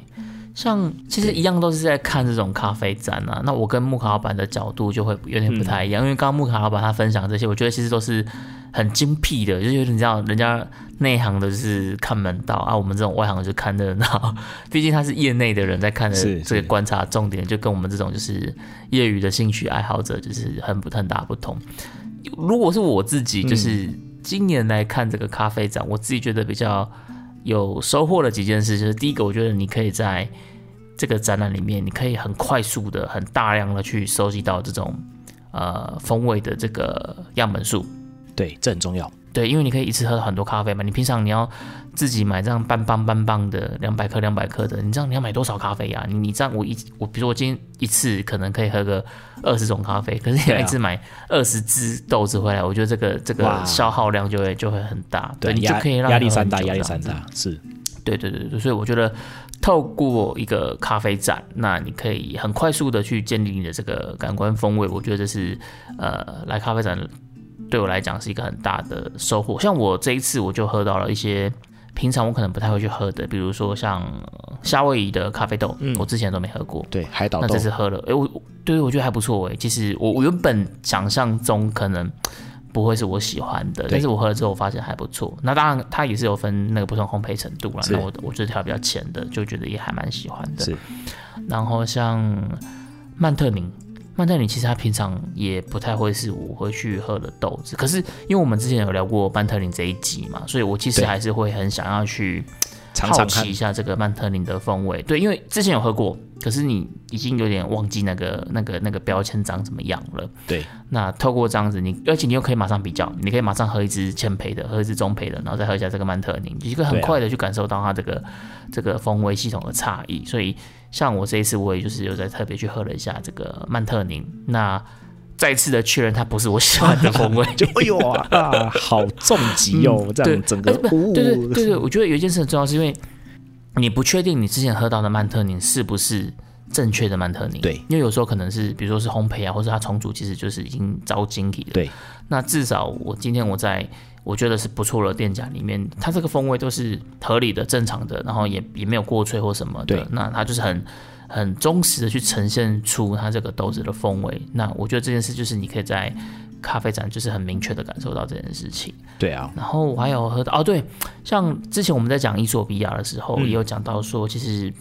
像其实一样都是在看这种咖啡展啊。那我跟木卡老板的角度就会有点不太一样，因为刚刚木卡老板他分享这些，我觉得其实都是很精辟的，就是有点像人家内行的是看门道啊，我们这种外行就看热闹。毕竟他是业内的人在看是的这个是观察重点，就跟我们这种就是业余的兴趣爱好者就是很不很大不同。如果是我自己，就是今年来看这个咖啡展，我自己觉得比较有收获的几件事，就是第一个，我觉得你可以在这个展览里面，你可以很快速的、很大量的去收集到这种呃风味的这个样本数。对，这很重要。对，因为你可以一次喝很多咖啡嘛，你平常你要自己买这样半磅半磅的两百克两百克的，你这样你要买多少咖啡呀、啊你你这样我一我比如说我今天一次可能可以喝个二十种咖啡，可是你对啊要一次买二十支豆子回来，我觉得这个这个哇消耗量就会就会很大，对你就压可以让压你力喝山很大，久压力这样山子大是。对对对对，所以我觉得透过一个咖啡展，那你可以很快速的去建立你的这个感官风味，我觉得这是呃来咖啡展对我来讲是一个很大的收获。像我这一次我就喝到了一些平常我可能不太会去喝的，比如说像夏威夷的咖啡豆，我之前都没喝过。对，海岛那豆这次喝了，哎、我我对我觉得还不错哎、其实我我原本想象中可能不会是我喜欢的，但是我喝了之后发现还不错。那当然它也是有分那个不同烘焙程度啦。是那我我就调比较浅的，就觉得也还蛮喜欢的。是然后像曼特宁，曼特宁其实它平常也不太会是我会去喝的豆子，可是因为我们之前有聊过曼特宁这一集嘛，所以我其实对还是会很想要去。常好常奇看一下这个曼特林的风味。对，因为之前有喝过，可是你已经有点忘记那个那个那个标签长怎么样了。对那透过这样子你，而且你又可以马上比较，你可以马上喝一支浅焙的，喝一支中焙的，然后再喝一下这个曼特宁，你就可以很对啊快的去感受到它这个、这个风味系统的差异。所以像我这一次，我也就是有在特别去喝了一下这个曼特宁，那再次的确认它不是我喜欢的风味，就哎呦啊，啊好重疾哦，这对，样整个哎不呜对对对对，我觉得有一件事很重要，是因为你不确定你之前喝到的曼特宁是不是正确的曼特宁，对因为有时候可能是比如说是烘焙啊，或是它重组其实就是已经糟精体了，对，那至少我今天我在我觉得是不错的店家里面，它这个风味都是合理的、正常的，然后也也没有过萃或什么的对。那它就是很很忠实的去呈现出它这个豆子的风味。那我觉得这件事就是你可以在咖啡展就是很明确的感受到这件事情。对啊，然后我还有喝到哦，对，像之前我们在讲伊索比亚的时候，嗯也有讲到说，其实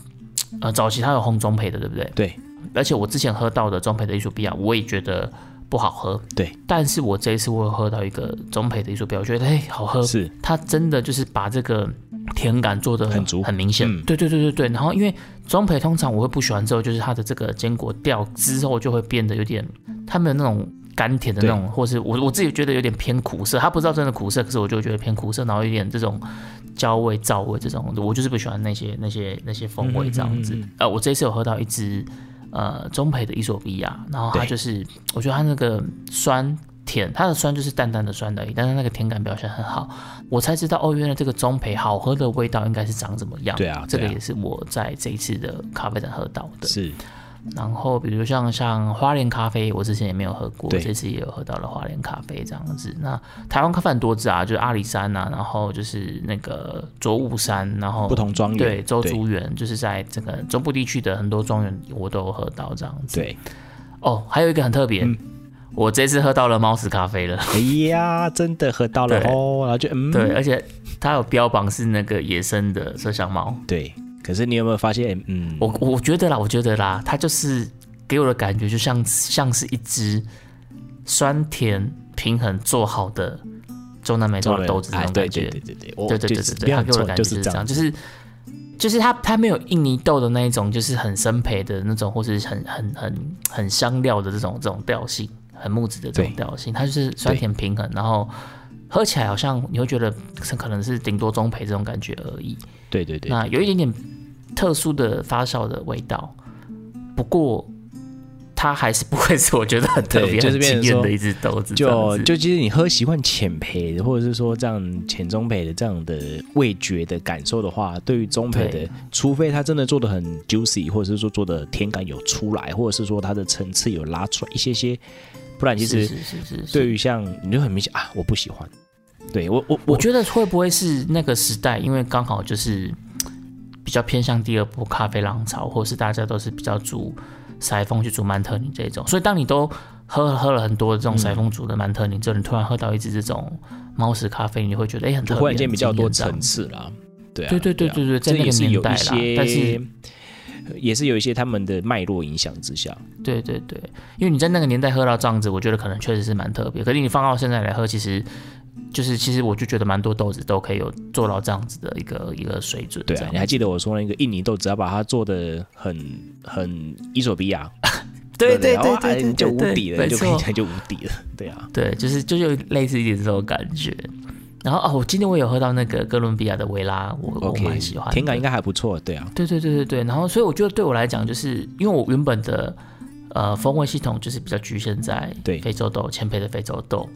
呃早期它有烘中焙的，对不对？对而且我之前喝到的中焙的伊索比亚，我也觉得不好喝。对，但是我这一次我有喝到一个中焙的艺术标，我觉得哎、嘿好喝，是它真的就是把这个甜感做的很足很明显。嗯对对对对对。然后因为中培通常我会不喜欢之后，就是它的这个坚果掉之后就会变得有点，它没有那种甘甜的那种，或是我我自己觉得有点偏苦涩，它不知道真的苦涩，可是我就觉得偏苦涩，然后有点这种焦味、燥味这种，我就是不喜欢那些那些那些风味这样子。嗯嗯嗯呃，我这一次有喝到一支呃中培的伊索比亚，然后它对就是我觉得它那个酸。甜，它的酸就是淡淡的酸而已，但是那个甜感表现很好。我才知道哦，原来这个中培好喝的味道应该是长怎么样。对啊这个对啊也是我在这一次的咖啡展喝到的。是然后比如像像花莲咖啡，我之前也没有喝过，对这次也有喝到了花莲咖啡这样子。那台湾咖啡很多支啊，就是阿里山呐、然后就是那个卓武山，然后不同庄园对周对竹园，就是在整个中部地区的很多庄园我都有喝到这样子。对。哦，还有一个很特别，嗯我这次喝到了猫屎咖啡了。哎呀，真的喝到了对哦，然后就嗯，对，而哎且它有标榜是那个野生的麝香猫。对可是你有没有发现，嗯，我我觉得啦，我觉得啦，它就是给我的感觉就像像是一只酸甜平衡做好的中南美洲的豆子那哎种对感对觉。对对对，我对对对就是对不对，要它给我的错感觉就就是是这这样样，就是就是它它没有印尼豆的那一种，就是很生培的那种，或是很很很很香料的这种这种调性，很木质的这种对调性，它就是酸甜平衡，然后。喝起来好像你会觉得可能是顶多中培这种感觉而已，对对对，那有一点点特殊的发酵的味道，不过它还是不会是我觉得 很特别、对就是很惊变成艳说的一只豆子嗯这样就子。就其实你喝习惯浅焙的，或者是说这样浅中焙的这样的味觉的感受的话，对于中焙的对，除非它真的做的很 juicy，或者是说做的甜感有出来，或者是说它的层次有拉出来一些些，不然其是实是是是是，对于像你就很明显啊，我不喜欢。对我我我得觉得会不会是那个时代，因为刚好就是比较偏向第二波咖啡浪潮，或是大家都是比较煮塞风去煮曼特宁这种，所以当你都喝喝了很多这种塞风煮的曼特宁之后，你突然喝到一支这种猫屎咖啡，你会觉得哎、很特别，忽然间很比较惊多艳这样层次啦。对啊，对对对啊对对在那这也个是年有代一啦些，但是也是有一些他们的脉络影响之下，对对对，因为你在那个年代喝到这样子，我觉得可能确实是蛮特别。可是你放到现在来喝，其实就是其实我就觉得蛮多豆子都可以有做到这样子的一个一个水准。对这啊，样你还记得我说那个印尼豆，只要把它做的很很伊索比亚，对不对然对后哎对对，你就对无敌了，没你就可以错讲就无敌了， 对啊，对，就是就有类似一点这种感觉。然后哦，我今天我有喝到那个哥伦比亚的维拉，我我 OK，蛮喜欢的，甜感应该还不错，对啊，对对对对对，然后所以我觉得对我来讲，就是因为我原本的呃风味系统就是比较局限在对非洲豆千培的非洲豆，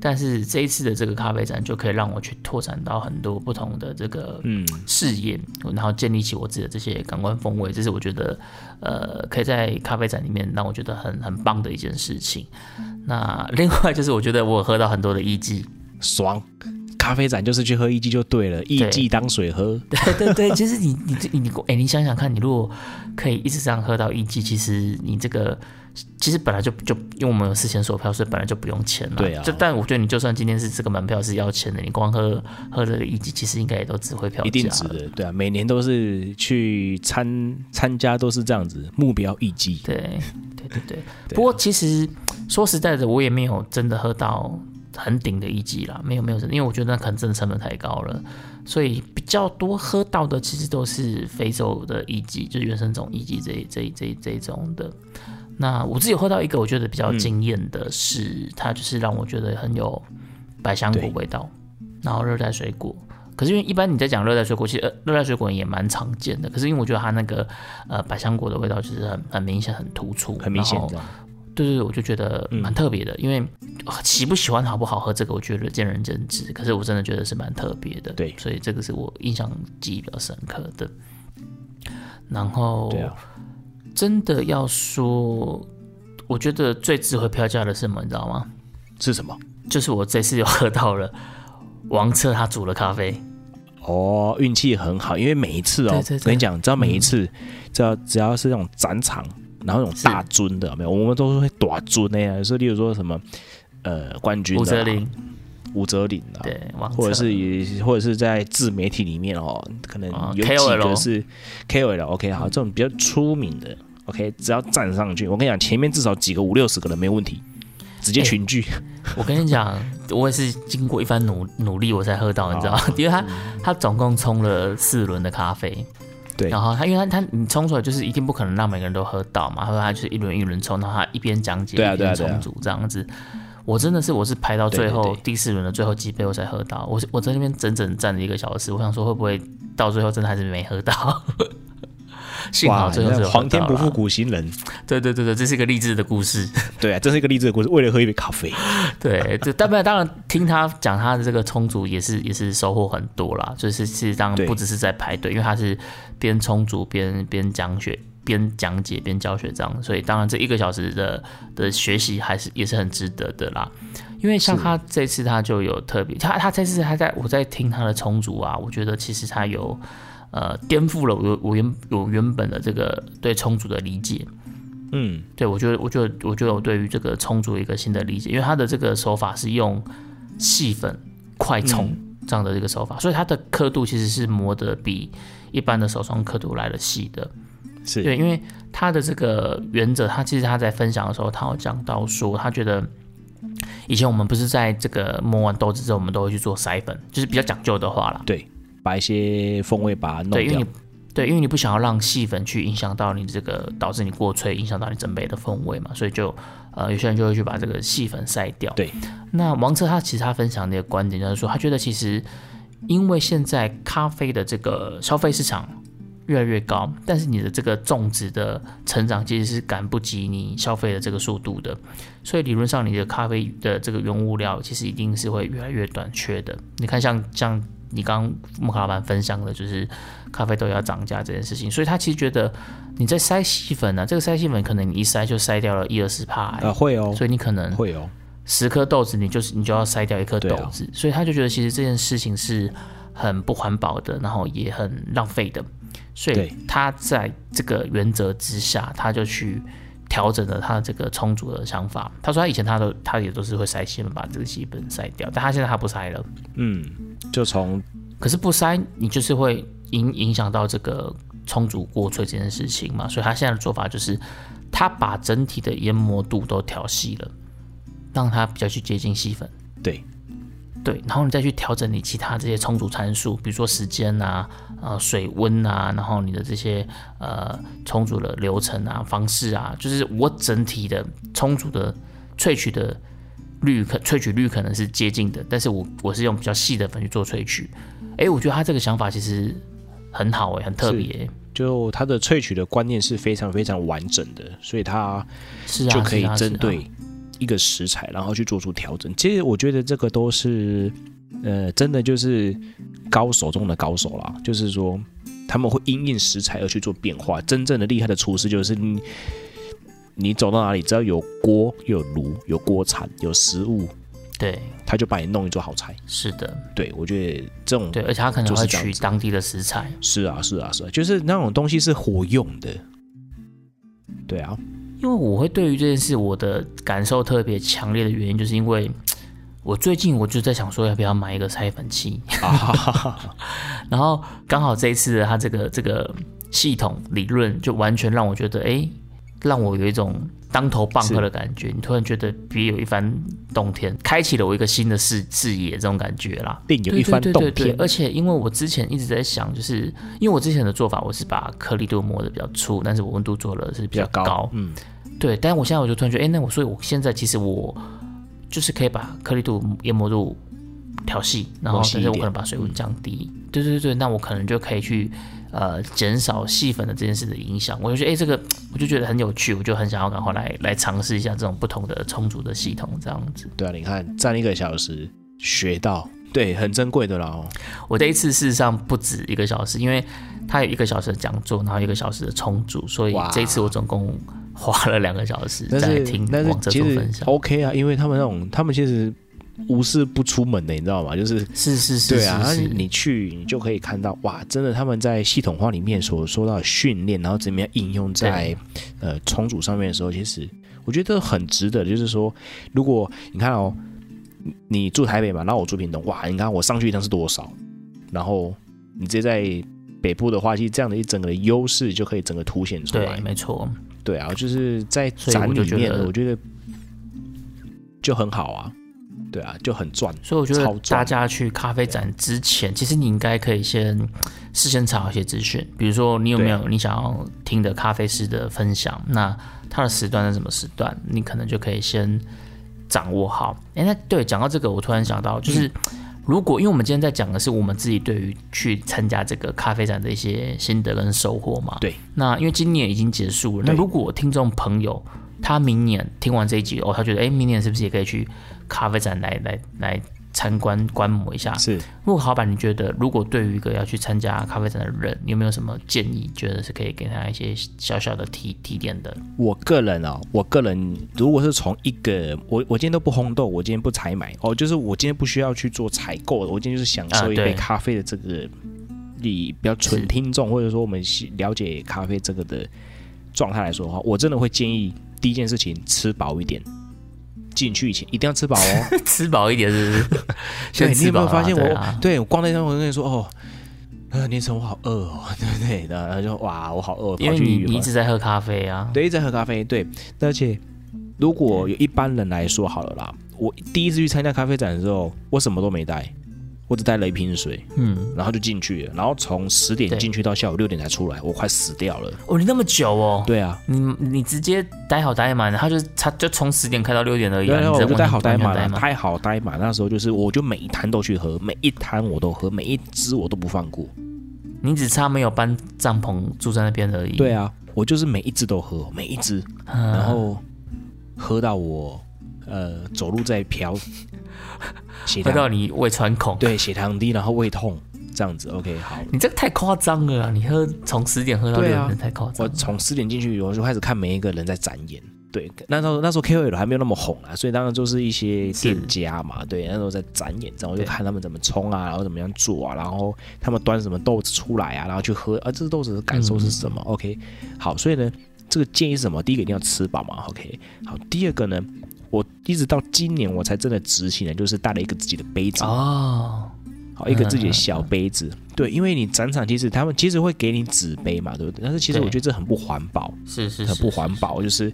但是这一次的这个咖啡展就可以让我去拓展到很多不同的这个嗯，视野，然后建立起我自己的这些感官风味，这是我觉得呃可以在咖啡展里面让我觉得很很棒的一件事情。那另外就是我觉得我有喝到很多的艺妓，爽。咖啡展就是去喝一季就对了，一季当水喝，对对对，其实你你你你，哎、你想想看，你如果可以一直这样喝到一季，其实你这个其实本来就就因为我们有事前索票，所以本来就不用钱了。对啊就但我觉得你就算今天是这个门票是要钱的，你光喝喝这个一季，其实应该也都值回票价了。一定值得，对啊，每年都是去参参加都是这样子，目标一季，对对对对。不过其实说实在的，我也没有真的喝到很顶的一季啦，没有没有，因为我觉得那可能真的成本太高了，所以比较多喝到的其实都是非洲的一季，就是原生种一季这一这一这一这一种的。那我自己有喝到一个我觉得比较惊艳的是，它就是让我觉得很有百香果对味道，然后热带水果。可是因为一般你在讲热带水果，其实呃热带水果也蛮常见的。可是因为我觉得它那个呃百香果的味道就是很很明显、很突出，很明显然后这样。嗯对对对，我就觉得蛮特别的，因为呃喜不喜欢、好不好喝，这个我觉得见仁见智。可是我真的觉得是蛮特别的，对所以这个是我印象记忆比较深刻的。然后，哦对啊，真的要说，我觉得最值回票价的是什么，你知道吗？是什么？就是我这次有喝到了王策他煮的咖啡，哦，运气很好，因为每一次哦，对对对嗯我跟你讲，你知道每一次，只要只要是那种展场，然后那种大尊的，有没有，我们都是会短尊的呀，所以例如说什么呃冠军武的则啊、林，武则林啊，对，王策或者是也或者是在自媒体里面哦，可能哦有几个 KOL 是 KOL，OK、好，嗯这种比较出名的。OK，只要站上去，我跟你讲，前面至少几个五六十个人没问题。直哎接群聚。我跟你讲，我也是经过一番努努力，我才喝到，你知道吗？ 因为他他总共冲了四轮的咖啡，嗯对然后他因为他他你冲出来就是一定不可能让每个人都喝到嘛，他说他就是一轮一轮冲，然后他一边讲解对啊一对啊边对啊冲煮这样子。我真的是我是排到最后对对对第四轮的最后几杯我才喝到，我是我在那边整整站了一个小时，我想说会不会到最后真的还是没喝到。 幸好哇，最后那是有喝皇天到不负啦苦心人，对对对对，这是一个励志的故事。对啊，真是一个励志的故事。为了喝一杯咖啡， 对，这但然当然听他讲他的这个充足也是也是收获很多啦，就是事实上对不只是在排队，因为他是边充足边边讲学边讲解边教学这样，所以当然这一个小时的的学习还是也是很值得的啦。因为像他这次他就有特别，他他这次他在我在听他的充足啊，我觉得其实他有呃颠覆了我我原我原本的这个对充足的理解。嗯，对，我觉得，我觉得，我觉得我对于这个冲煮有一个新的理解，因为它的这个手法是用细粉快冲这样的一个手法，所以它的刻度其实是磨得比一般的手冲刻度来的细的。是对，因为他的这个原则，他其实他在分享的时候，他有讲到说，他觉得以前我们不是在这个磨完豆子之后，我们都会去做筛粉，就是比较讲究的话啦。对，把一些风味把它弄对，因为掉你。对，因为你不想要让细粉去影响到你这个，导致你过脆，影响到你整杯的风味嘛，所以就呃，有些人就会去把这个细粉筛掉。对，那王策他其实他分享的一个观点就是说，他觉得其实因为现在咖啡的这个消费市场越来越高，但是你的这个种植的成长其实是赶不及你消费的这个速度的，所以理论上你的咖啡的这个原物料其实一定是会越来越短缺的。你看像，像你刚刚木卡老板分享的，就是咖啡豆要涨价这件事情，所以他其实觉得你在筛细粉呢、啊，这个筛细粉可能你一筛就筛掉了一二十帕，哎呃，会哦，所以你可能会哦，十颗豆子，你就是你就要筛掉一颗对豆啊子，所以他就觉得其实这件事情是很不环保的，然后也很浪费的，所以对他在这个原则之下，他就去调整了他的这个充足的想法。他说他以前他都他也都是会筛细粉，把这个细粉筛掉，但他现在他不筛了。嗯，就从可是不筛，你就是会影影响到这个充足过萃这件事情嘛，所以他现在的做法就是，他把整体的研磨度都调细了，让它比较去接近细粉。对对，然后你再去调整你其他这些充足参数，比如说时间啊、呃水温啊，然后你的这些呃充足的流程啊、方式啊，就是我整体的充足的萃取的率可萃取率可能是接近的，但是我我是用比较细的粉去做萃取。哎，我觉得他这个想法其实很好哎、很特别欸、就它的萃取的观念是非常非常完整的，所以它是啊，就可以是啊针。是啊对一个食材，然后去做出调整。其实我觉得这个都是，呃，真的就是高手中的高手啦，就是说他们会因应食材而去做变化。真正的厉害的厨师就是你，你走到哪里，只要有锅、有炉、有锅铲、有食物，对，他就把你弄一桌好菜。是的，对我觉得这种对，而且他可能就是会这样取子当地的食材。是啊是啊是啊，就是那种东西是活用的。对啊，因为我会对于这件事我的感受特别强烈的原因，就是因为我最近我就在想说要不要买一个筛粉 器，啊哈哈哈哈，然后刚好这一次的它这个这个系统理论就完全让我觉得，哎，让我有一种当头棒喝的感觉，你突然觉得别有一番洞天，开启了我一个新的视视野这种感觉啦。另有一番对对洞对对天对，而且因为我之前一直在想，就是因为我之前的做法，我是把颗粒度磨得比较粗，但是我温度做的是比比较较高。高，嗯，对，但我现在我就突然觉得，哎、那我所以我现在其实我就是可以把颗粒度、研磨度调细，然后磨细但一是我点嗯可能把水温降低。对对对，那我可能就可以去呃减少细粉的这件事的影响。我就觉得，哎、这个我就觉得很有趣，我就很想要赶快来来尝试一下这种不同的充足的系统，这样子。对啊，你看站一个小时学到，对，很珍贵的啦哦。我这一次事实上不止一个小时，因为它有一个小时的讲座，然后一个小时的充足，所以哇这一次我总共花了两个小时但在是听但王是哲其做实分享。 OK 啊，因为他们那种他们其实无事不出门的，你知道吗？就是是是是，对啊，是是那你去你就可以看到哇，真的他们在系统化里面所说到的训练，然后怎么样应用在呃重组上面的时候，其实我觉得很值得。就是说，如果你看哦，你你住台北嘛，然后我住屏东，哇，你看我上去一趟是多少，然后你直接在北部的话，其实这样的一整个的优势就可以整个凸显出对，来。没错。对啊，就是在所以展我就里觉面，得我觉得就很好啊，对啊，就很赚。所以我觉超得赚大家去咖啡展之前，其实你应该可以先事先查好一些资讯，比如说你有没有你想要听的咖啡师的分享，那他的时段是什么时段，你可能就可以先掌握好。哎、那对，讲到这个，我突然想到，就是、嗯如果因为我们今天在讲的是我们自己对于去参加这个咖啡展的一些心得跟收获嘛，对。那因为今年已经结束了，那对如果听众朋友他明年听完这一集哦，他觉得哎，诶明年是不是也可以去咖啡展来来来参观观摩一下？是，如果老板，你觉得如果对于一个要去参加咖啡展的人，你有没有什么建议？觉得是可以给他一些小小的提提点的？我个人哦，我个人如果是从一个我我今天都不烘豆，我今天不采买哦，就是我今天不需要去做采购的，我今天就是享受啊一杯对咖啡的这个，你比较纯是听众或者说我们喜了解咖啡这个的状态来说的话，我真的会建议第一件事情吃饱一 点，进去以前一定要吃饱哦。 吃饱一点是不是？对，先你吃有没饱有啊发现我？对对,、啊我逛那张，我跟你说哦，呃，年成我好饿哦， 对不对？然后就哇，我好饿，因跑为去你羽你一毛直在喝咖啡啊，对，一直在喝咖啡，对，而且如果有一般人来说好了啦，我第一次去参加咖啡展的时候，我什么都没带，我只带了一瓶水，嗯，然后就进去了，然后从十点对进去到下午六点才出来，我快死掉了。哦，你那么久哦，对啊，你你直接待好待满，他就他就从十点开到六点而已、啊，然你后这我就完待好全待满啊完全了，待好待满。那时候就是，我就每一摊都去喝，每一摊我都喝，每一支我都不放过。你只差没有搬帐篷住在那边而已。对啊，我就是每一支都喝，每一支，嗯，然后喝到我呃走路在 飘，血回糖到你胃穿孔，对，血糖低，然后胃痛，这样子。OK，好，你这个太夸张了啊！你喝从十点喝到六对点、啊太夸张我了。从四点进去，我就开始看每一个人在展演。对，那时候那时候 KOL 还没有那么红啊，所以当然就是一些是店家嘛，对，那时候在展演，然后我就对看他们怎么冲啊，然后怎么样做啊，然后他们端什么豆子出来啊，然后去喝啊，这豆子的感受是嗯什么、o k 好，所以呢，这个建议是什么？第一个一定要吃饱嘛，OK，好，第二个呢，我一直到今年我才真的执行了，就是带了一个自己的杯子哦，好，一个自己的嗯小杯子。对，因为你展场其实他们其实会给你纸杯嘛，对不对？但是其实对我觉得这很不环保，是是很是，不环保。就是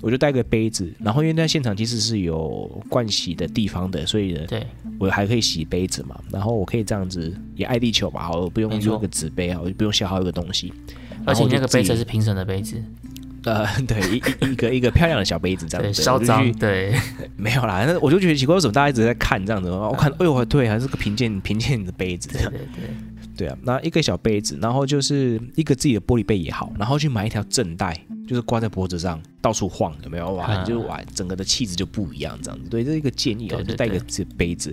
我就带个杯子，然后因为在现场其实是有盥洗的地方的，所以呢，对，我还可以洗杯子嘛。然后我可以这样子也爱地球嘛，我不用没错用一个纸杯啊，我就不用消耗一个东西。而且你那个杯子然后我就自己是评审的杯子，呃，对，一一一个一个漂亮的小杯子这样对，子，嚣我就去张，对， 没有啦，那我就觉得奇怪，为什么大家一直在看这样子？我看，哎呦，对，还是个贫贱贫贱的杯子这对样。对对，对啊，那一个小杯子，然后就是一个自己的玻璃杯也好，然后去买一条正带，就是挂在脖子上到处晃，有没有？哇，啊你就哇，整个的气质就不一样，这样子。对，这是一个建议哦，对对就带一个自己的杯子，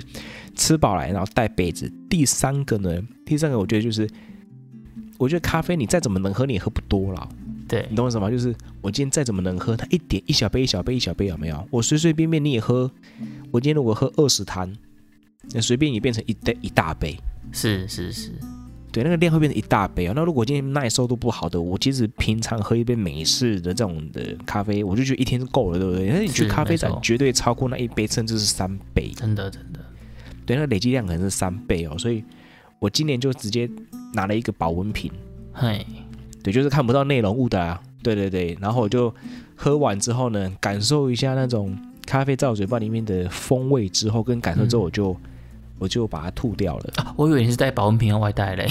吃饱来，然后带杯子。第三个呢，第三个我觉得就是，我觉得咖啡你再怎么能喝，你也喝不多啦。对你，懂我意思吗？就是我今天再怎么能喝，它一点一小杯一小杯一小杯有没有？我随随便便你也喝，我今天如果喝二十坛，那随便也变成一大一大杯。是是是，对，那个量会变成一大杯啊。那如果今天耐受度不好的，我其实平常喝一杯美式的这种的咖啡，我就觉得一天就够了，对不对？那你去是咖啡展没错绝对超过那一杯，甚至是三杯。真的真的，对，那个累积量可能是三倍哦。所以我今年就直接拿了一个保温瓶，嘿，对，就是看不到内容物的啊。对对对，然后我就喝完之后呢，感受一下那种咖啡在我嘴巴里面的风味之后，跟感受之嗯后，我就、我就把它吐掉了。啊我以为你是带保温瓶要外带嘞，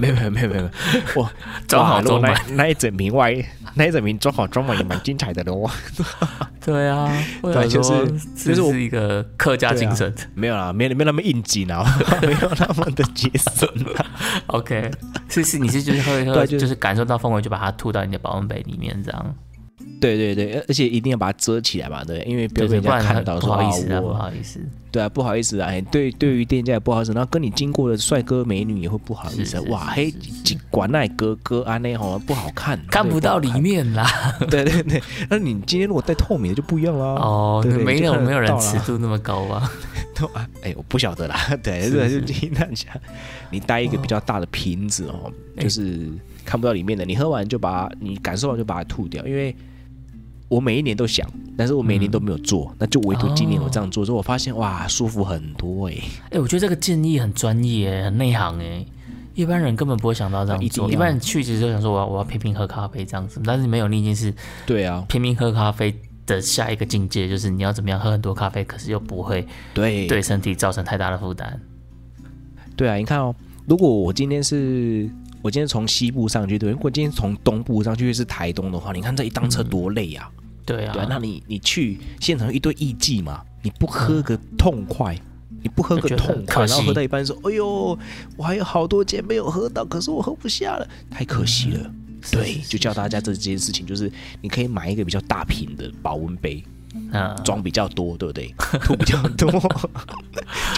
没有没有没有没有，我装好哇如果装满那那一整瓶外，那一整瓶装好装满也蛮精彩的喽。 对啊，我想 对就是说就是这我是一个客家对啊精神没有啦，没没那么应景啊， 没有那么的节省啊。 ，OK，是是，你是就是喝一喝，对就是就是感受到氛围就把它吐到你的保温杯里面这样， 对对对，而且一定要把它遮起来嘛，对，因为不对要对，被人不家然看到不说好啊意思啊，不我，好意思，对啊，不好意思啊，哎对，对于店家也不好意思，然后跟你经过的帅哥美女也会不好意是思啊是，哇是嘿是，管那哥哥啊那吼不好看，看对不到里。好面啦。看 对对对，那你今天如果戴透明的就不一样啦。哦，对那对没就有看得没有人到啦尺度那么高吧？ 都啊， 哎，我不晓得啦，对，这就听大家，你带一个比较大的瓶子哦，就是看不到里面的，你喝完就把你感受完就把它吐掉，因为我每一年都想，但是我每一年都没有做，那就唯独今年我这样做，之后我发现哇，舒服很多哎、哎、我觉得这个建议很专业，很内行哎，一般人根本不会想到这啊样一定做。一要般人去其实就想说我要我要拼命喝咖啡这样子，但是没有，你已经是对啊，拼命喝咖啡的下一个境界就是你要怎么样喝很多咖啡，可是又不会对对身体造成太大的负担。对啊，你看哦，如果我今天是我今天从西部上去，对，如果今天从东部上去是台东的话，你看这一趟车多累啊，对啊，对啊，那你你去现场一堆艺妓嘛，你不喝个痛快。你不喝嗯个就觉得痛很快，可惜然后喝到一半说：“哎呦，我还有好多件没有喝到，可是我喝不下了，太可惜了。嗯是对是，是就教大家这件事情，就是你可以买一个比较大瓶的保温杯，嗯，装比较多，对不 对？吐比较多，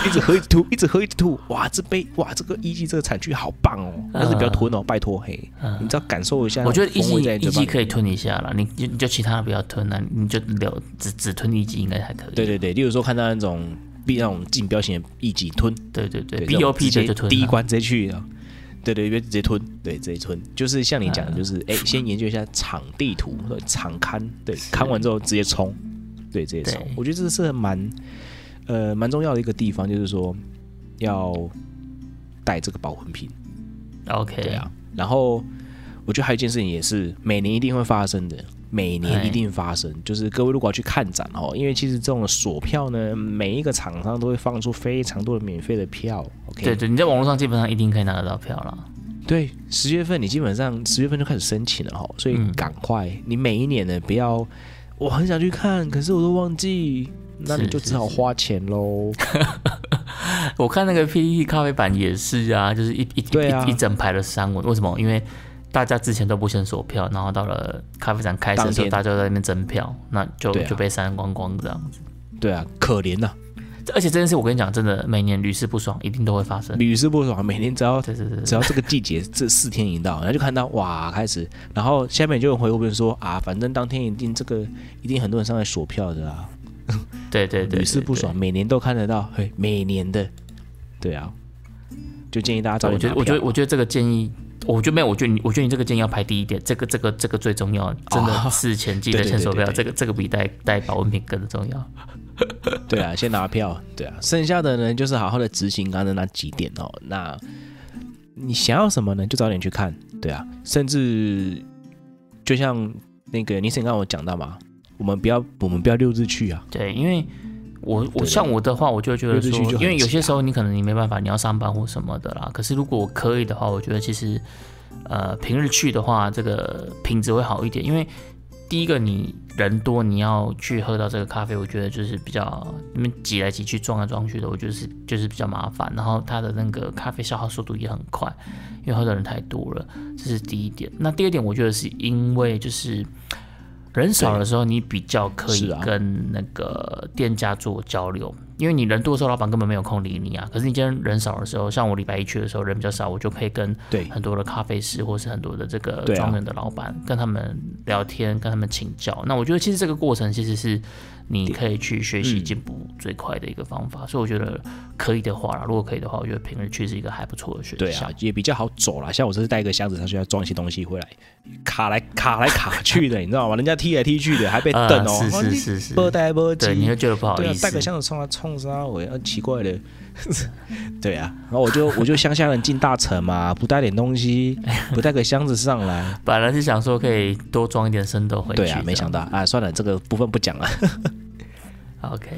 一直喝一直吐，一直喝一直吐。哇，这杯哇，这个一季这个产区好棒哦，但是不要吞哦，拜托嘿，你只要感受一下那嗯我种觉得一风季味在你嘴一巴季里，可以吞一下了，你就你就其他的不要吞了、啊你就留只只吞一季应该还可以。对对对，例如说看到那种比那种竞标型的一季吞，对对对对，B O P 这的种就吞直接了。第一关直接去啊。对对，别直接吞，对，直接吞，就是像你讲嗯的，就是哎、先研究一下场地图、场刊，对，看完之后直接冲，对，直接冲对。我觉得这是蛮，呃，蛮重要的一个地方，就是说要带这个保温瓶， OK，对啊。然后我觉得还有一件事情也是每年一定会发生的，每年一定发生，就是各位如果要去看展哦，因为其实这种锁票呢，每一个厂商都会放出非常多的免费的票，OK，对对，你在网络上基本上一定可以拿得到票了。对，十月份你基本上十月份就开始申请了哈，所以嗯赶快，你每一年呢不要，我很想去看，可是我都忘记，那你是就只好是花钱 喽。我看那个 PPT 咖啡版也是啊，就是一一对啊一一整排的商文，为什么？因为大家之前都不先锁票，然后到了咖啡展开始的时当候，天大家都在那边争票，那就、对啊就被删光光这样子。对啊，可怜呐、而且这件事我跟你讲，真的每年屡试不爽，一定都会发生。屡试不爽，每年只要对对对只对，要这个季节这四天一到，然后就看到哇开始，然后下面就有回复人说啊，反正当天一定这个一定很多人上来锁票的啊，对对对，屡试不对。爽，每年都看得到，嘿，每年的，对啊，就建议大家早对点我觉得，我觉得，拿票啊我觉得这个建议，我觉得没有，我觉得你，我觉得你这个建议要排第一点，这个，这个，这个最重要，真的事前记哦对得对先对手对表，对这个，这个比带带保温瓶更重要。对啊，先拿票，对啊，剩下的呢就是好好的执行刚才那几点哦。那你想要什么呢？就早点去看，对啊，甚至就像那个你先刚刚我讲到嘛，我们不要我们不要六日去啊，对，因为我对我像我的话，我就会觉得六日说去就，很因为有挤啊些时候你可能你没办法，你要上班或什么的啦。可是如果我可以的话，我觉得其实呃平日去的话，这个品质会好一点，因为。第一个，你人多，你要去喝到这个咖啡，我觉得就是比较你们挤来挤去、撞来撞去的，我觉得是就是比较麻烦。然后它的那个咖啡消耗速度也很快，因为喝的人太多了，这是第一点。那第二点，我觉得是因为就是人少的时候，你比较可是以啊跟那个店家做交流，因为你人多的时候，老板根本没有空理你啊。可是你今天人少的时候，像我礼拜一去的时候人比较少，我就可以跟对很多的咖啡师或是很多的这个对啊庄园的老板、跟他们聊天，跟他们请教。那我觉得其实这个过程其实是你可以去学习嗯进步最快的一个方法，所以我觉得可以的话啦，如果可以的话，我觉得平日去是一个还不错的选对项啊。，也比较好走啦。像我这次带一个箱子上去要装一些东西回来，卡来卡来卡去 的，你知道吗？人家踢来踢去的，还被呃瞪哦，是是是是波带波对，你会觉得不好对意啊，思带。个箱子冲他冲啥我啊，奇怪了。 对啊，然后 我就我就乡下人进大城嘛，不带点东西，不带个箱子上来。本来是想说可以多装一点生豆回去，对啊，没想到。到啊，算了，这个部分不讲了。 OK，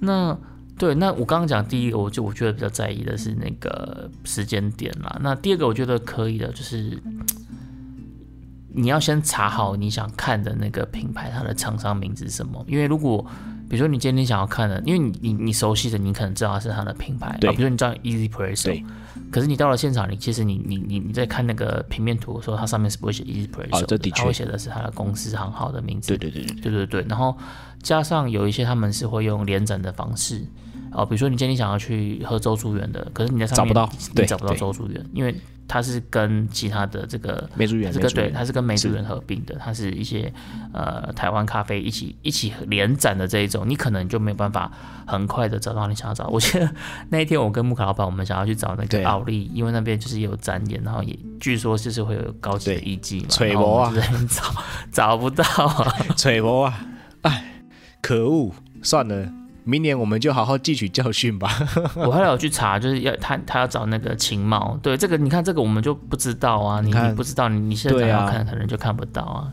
那对，那我刚刚讲第一个，我就我觉得比较在意的是那个时间点啦。那第二个我觉得可以的，就是你要先查好你想看的那个品牌，它的厂商名字是什么。因为如果比如说你今天想要看的，因为你你你熟悉的，你可能知道它是它的品牌，啊对比如说你知道 Easy Presso，对可是你到了现场，你其实你你你你在看那个平面图的时候，它上面是不会写 Easy Presso，、哦这的确它会写的是它的公司行号的名字对。对对对， 对对对，然后加上有一些他们是会用联展的方式，哦，比如说你今天想要去喝周助园的，可是你在上面找不到你对找不到对周助园，因为它是跟其他的这个梅竹园它是梅跟竹对，园它是跟梅竹是园合并的，它是一些呃台湾咖啡一起一起联展的这一种，你可能就没有办法很快的找到你想要找。我记得 那一天我跟木卡老板，我们想要去找那对个啊奥利，因为那边就是也有展演，然后也据说就是会有高级的对啊艺伎嘛，吹然后我毛们就在那边找找不到啊。吹波啊，哎，可恶，算了，明年我们就好好汲取教训吧。我后来有去查，就是要他他要找那个情貌，对这个你看这个我们就不知道啊，你看你不知道你你现在对啊要看、可能就看不到啊，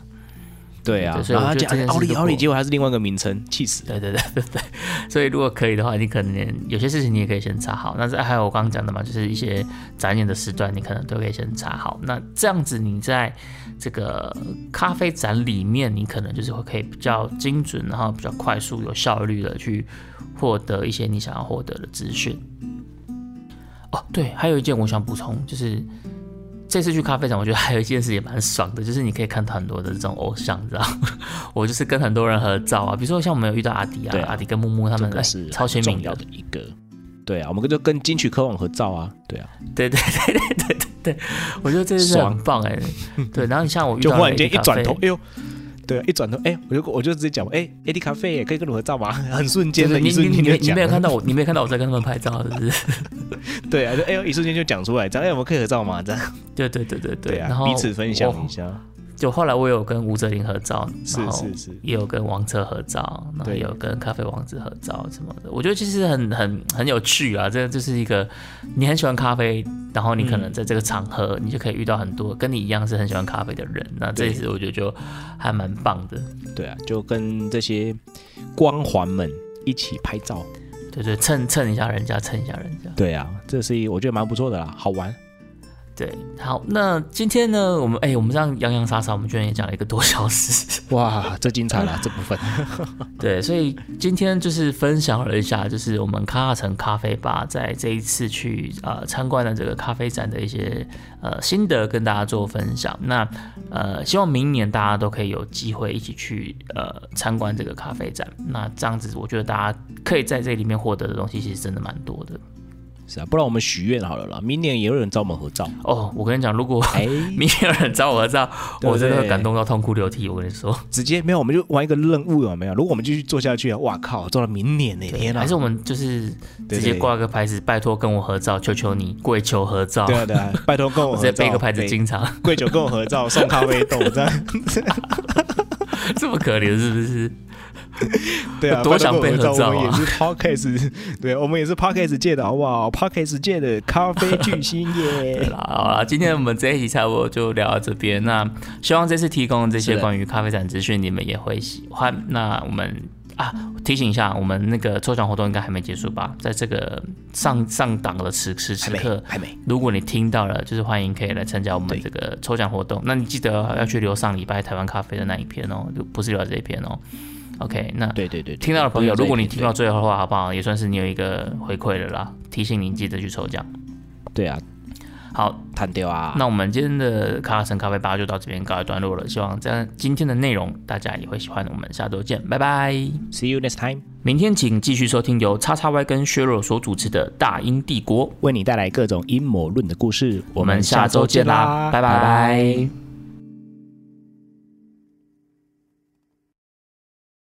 对啊，所以然后我他觉得讲这件事奥利如果奥利，结果它是另外一个名称，气死！对对对对 对，所以如果可以的话，你可能有些事情你也可以先查好。那这还有我刚刚讲的嘛，就是一些展演的时段，你可能都可以先查好。那这样子，你在这个咖啡展里面，你可能就是会可以比较精准，然后比较快速、有效率的去获得一些你想要获得的资讯。哦，对，还有一件我想补充，就是这次去咖啡展，我觉得还有一件事也蛮爽的，就是你可以看到很多的这种偶像，你知道 吗，我就是跟很多人合照啊，比如说像我们有遇到阿迪啊，对啊阿迪跟木木他这们个是哎超很鲜重明要的的，一个。对啊，我们就跟金曲科网合照啊，对啊，对对对对对对对，我觉得这件事爽很棒哎、对，然后你像我遇就到忽然了间一 Lady 转头 Cafe，，哎呦，对、啊，一转头，哎，我就我就直接讲，哎，AD 咖啡也可以跟你合照吗？ 很瞬就间是的，你一你瞬你间就没你讲没有了，看到我，你没有看到我在跟他们拍照，是不是？ 对啊，就哎呦，一瞬间就讲出来，这样，哎，我们可以合照吗？这样，对对对对对，对然啊，后彼此分享我一下，就后来我有跟吴哲林合照，是然后是是也有跟王车合照，然后对也有跟咖啡王子合照什么的。我觉得其实很很很有趣啊，这就是一个你很喜欢咖啡，然后你可嗯能在这个场合，你就可以遇到很多跟你一样是很喜欢咖啡的人。那这对一次我觉得就还蛮棒的，对啊，就跟这些光环们一起拍照，对对，蹭蹭一下人家，蹭一下人家。对啊，这是一我觉得蛮不错的啦，好玩，对，好，那今天呢，我们哎、我们这样洋洋洒洒，我们居然也讲了一个多小时。 哇，这精彩啦，这部分，对，所以今天就是分享了一下，就是我们卡卡城咖啡吧在这一次去呃参观的这个咖啡展的一些呃心得，跟大家做分享。那呃，希望明年大家都可以有机会一起去呃参观这个咖啡展。那这样子，我觉得大家可以在这里面获得的东西，其实真的蛮多的是啊，不然我们许愿好了啦，明年也有人找我们合照，哦。我跟你讲，如果哎， 明天有人找我合照，对我真的对会感动到痛哭流涕。我跟你说，直接没有，我们就玩一个任务有没有？如果我们继续做下去啊，哇靠，做到明年呢、 天啊！还是我们就是对直接对挂个牌子，拜托跟我合照，求求你，跪求合照。 对啊对啊，拜托跟我我直合接照，背一个牌子对进场， 跪酒跟我合照，送咖啡豆这样，这么可怜是不 是？ 对啊，多想拜托跟我被合照啊我们也是 podcast，对， 我们也是 podcast 界的好不好？podcast 界的咖啡巨星对耶，啦，好啦，今天我们这一集差不多就聊到这边。那希望这次提供的这是些的关于咖啡展资讯，你们也会喜欢。那我们啊，提醒一下，我们那个抽奖活动应该还没结束吧？在这个上上档的此时 还此没刻，还没，如果你听到了，就是欢迎可以来参加我们对这个抽奖活动。那你记得要去留上礼拜台湾咖啡的那一篇哦，不是留这一篇哦。OK，那对对对，对听到的朋友，不如用果你再听到最后的话，好不好？也算是你有一个回馈了啦，提醒您记得去抽奖。对啊，好，弹掉啊，那我们今天的卡卡城咖啡吧就到这边告一段落了。希望这样今天的内容大家也会喜欢。我们下周见，拜拜。 see you next time，明天请继续收听由叉叉 Y 跟削弱所主持的《大英帝国》，为你带来各种阴谋论的故事，我们下周见啦，拜拜拜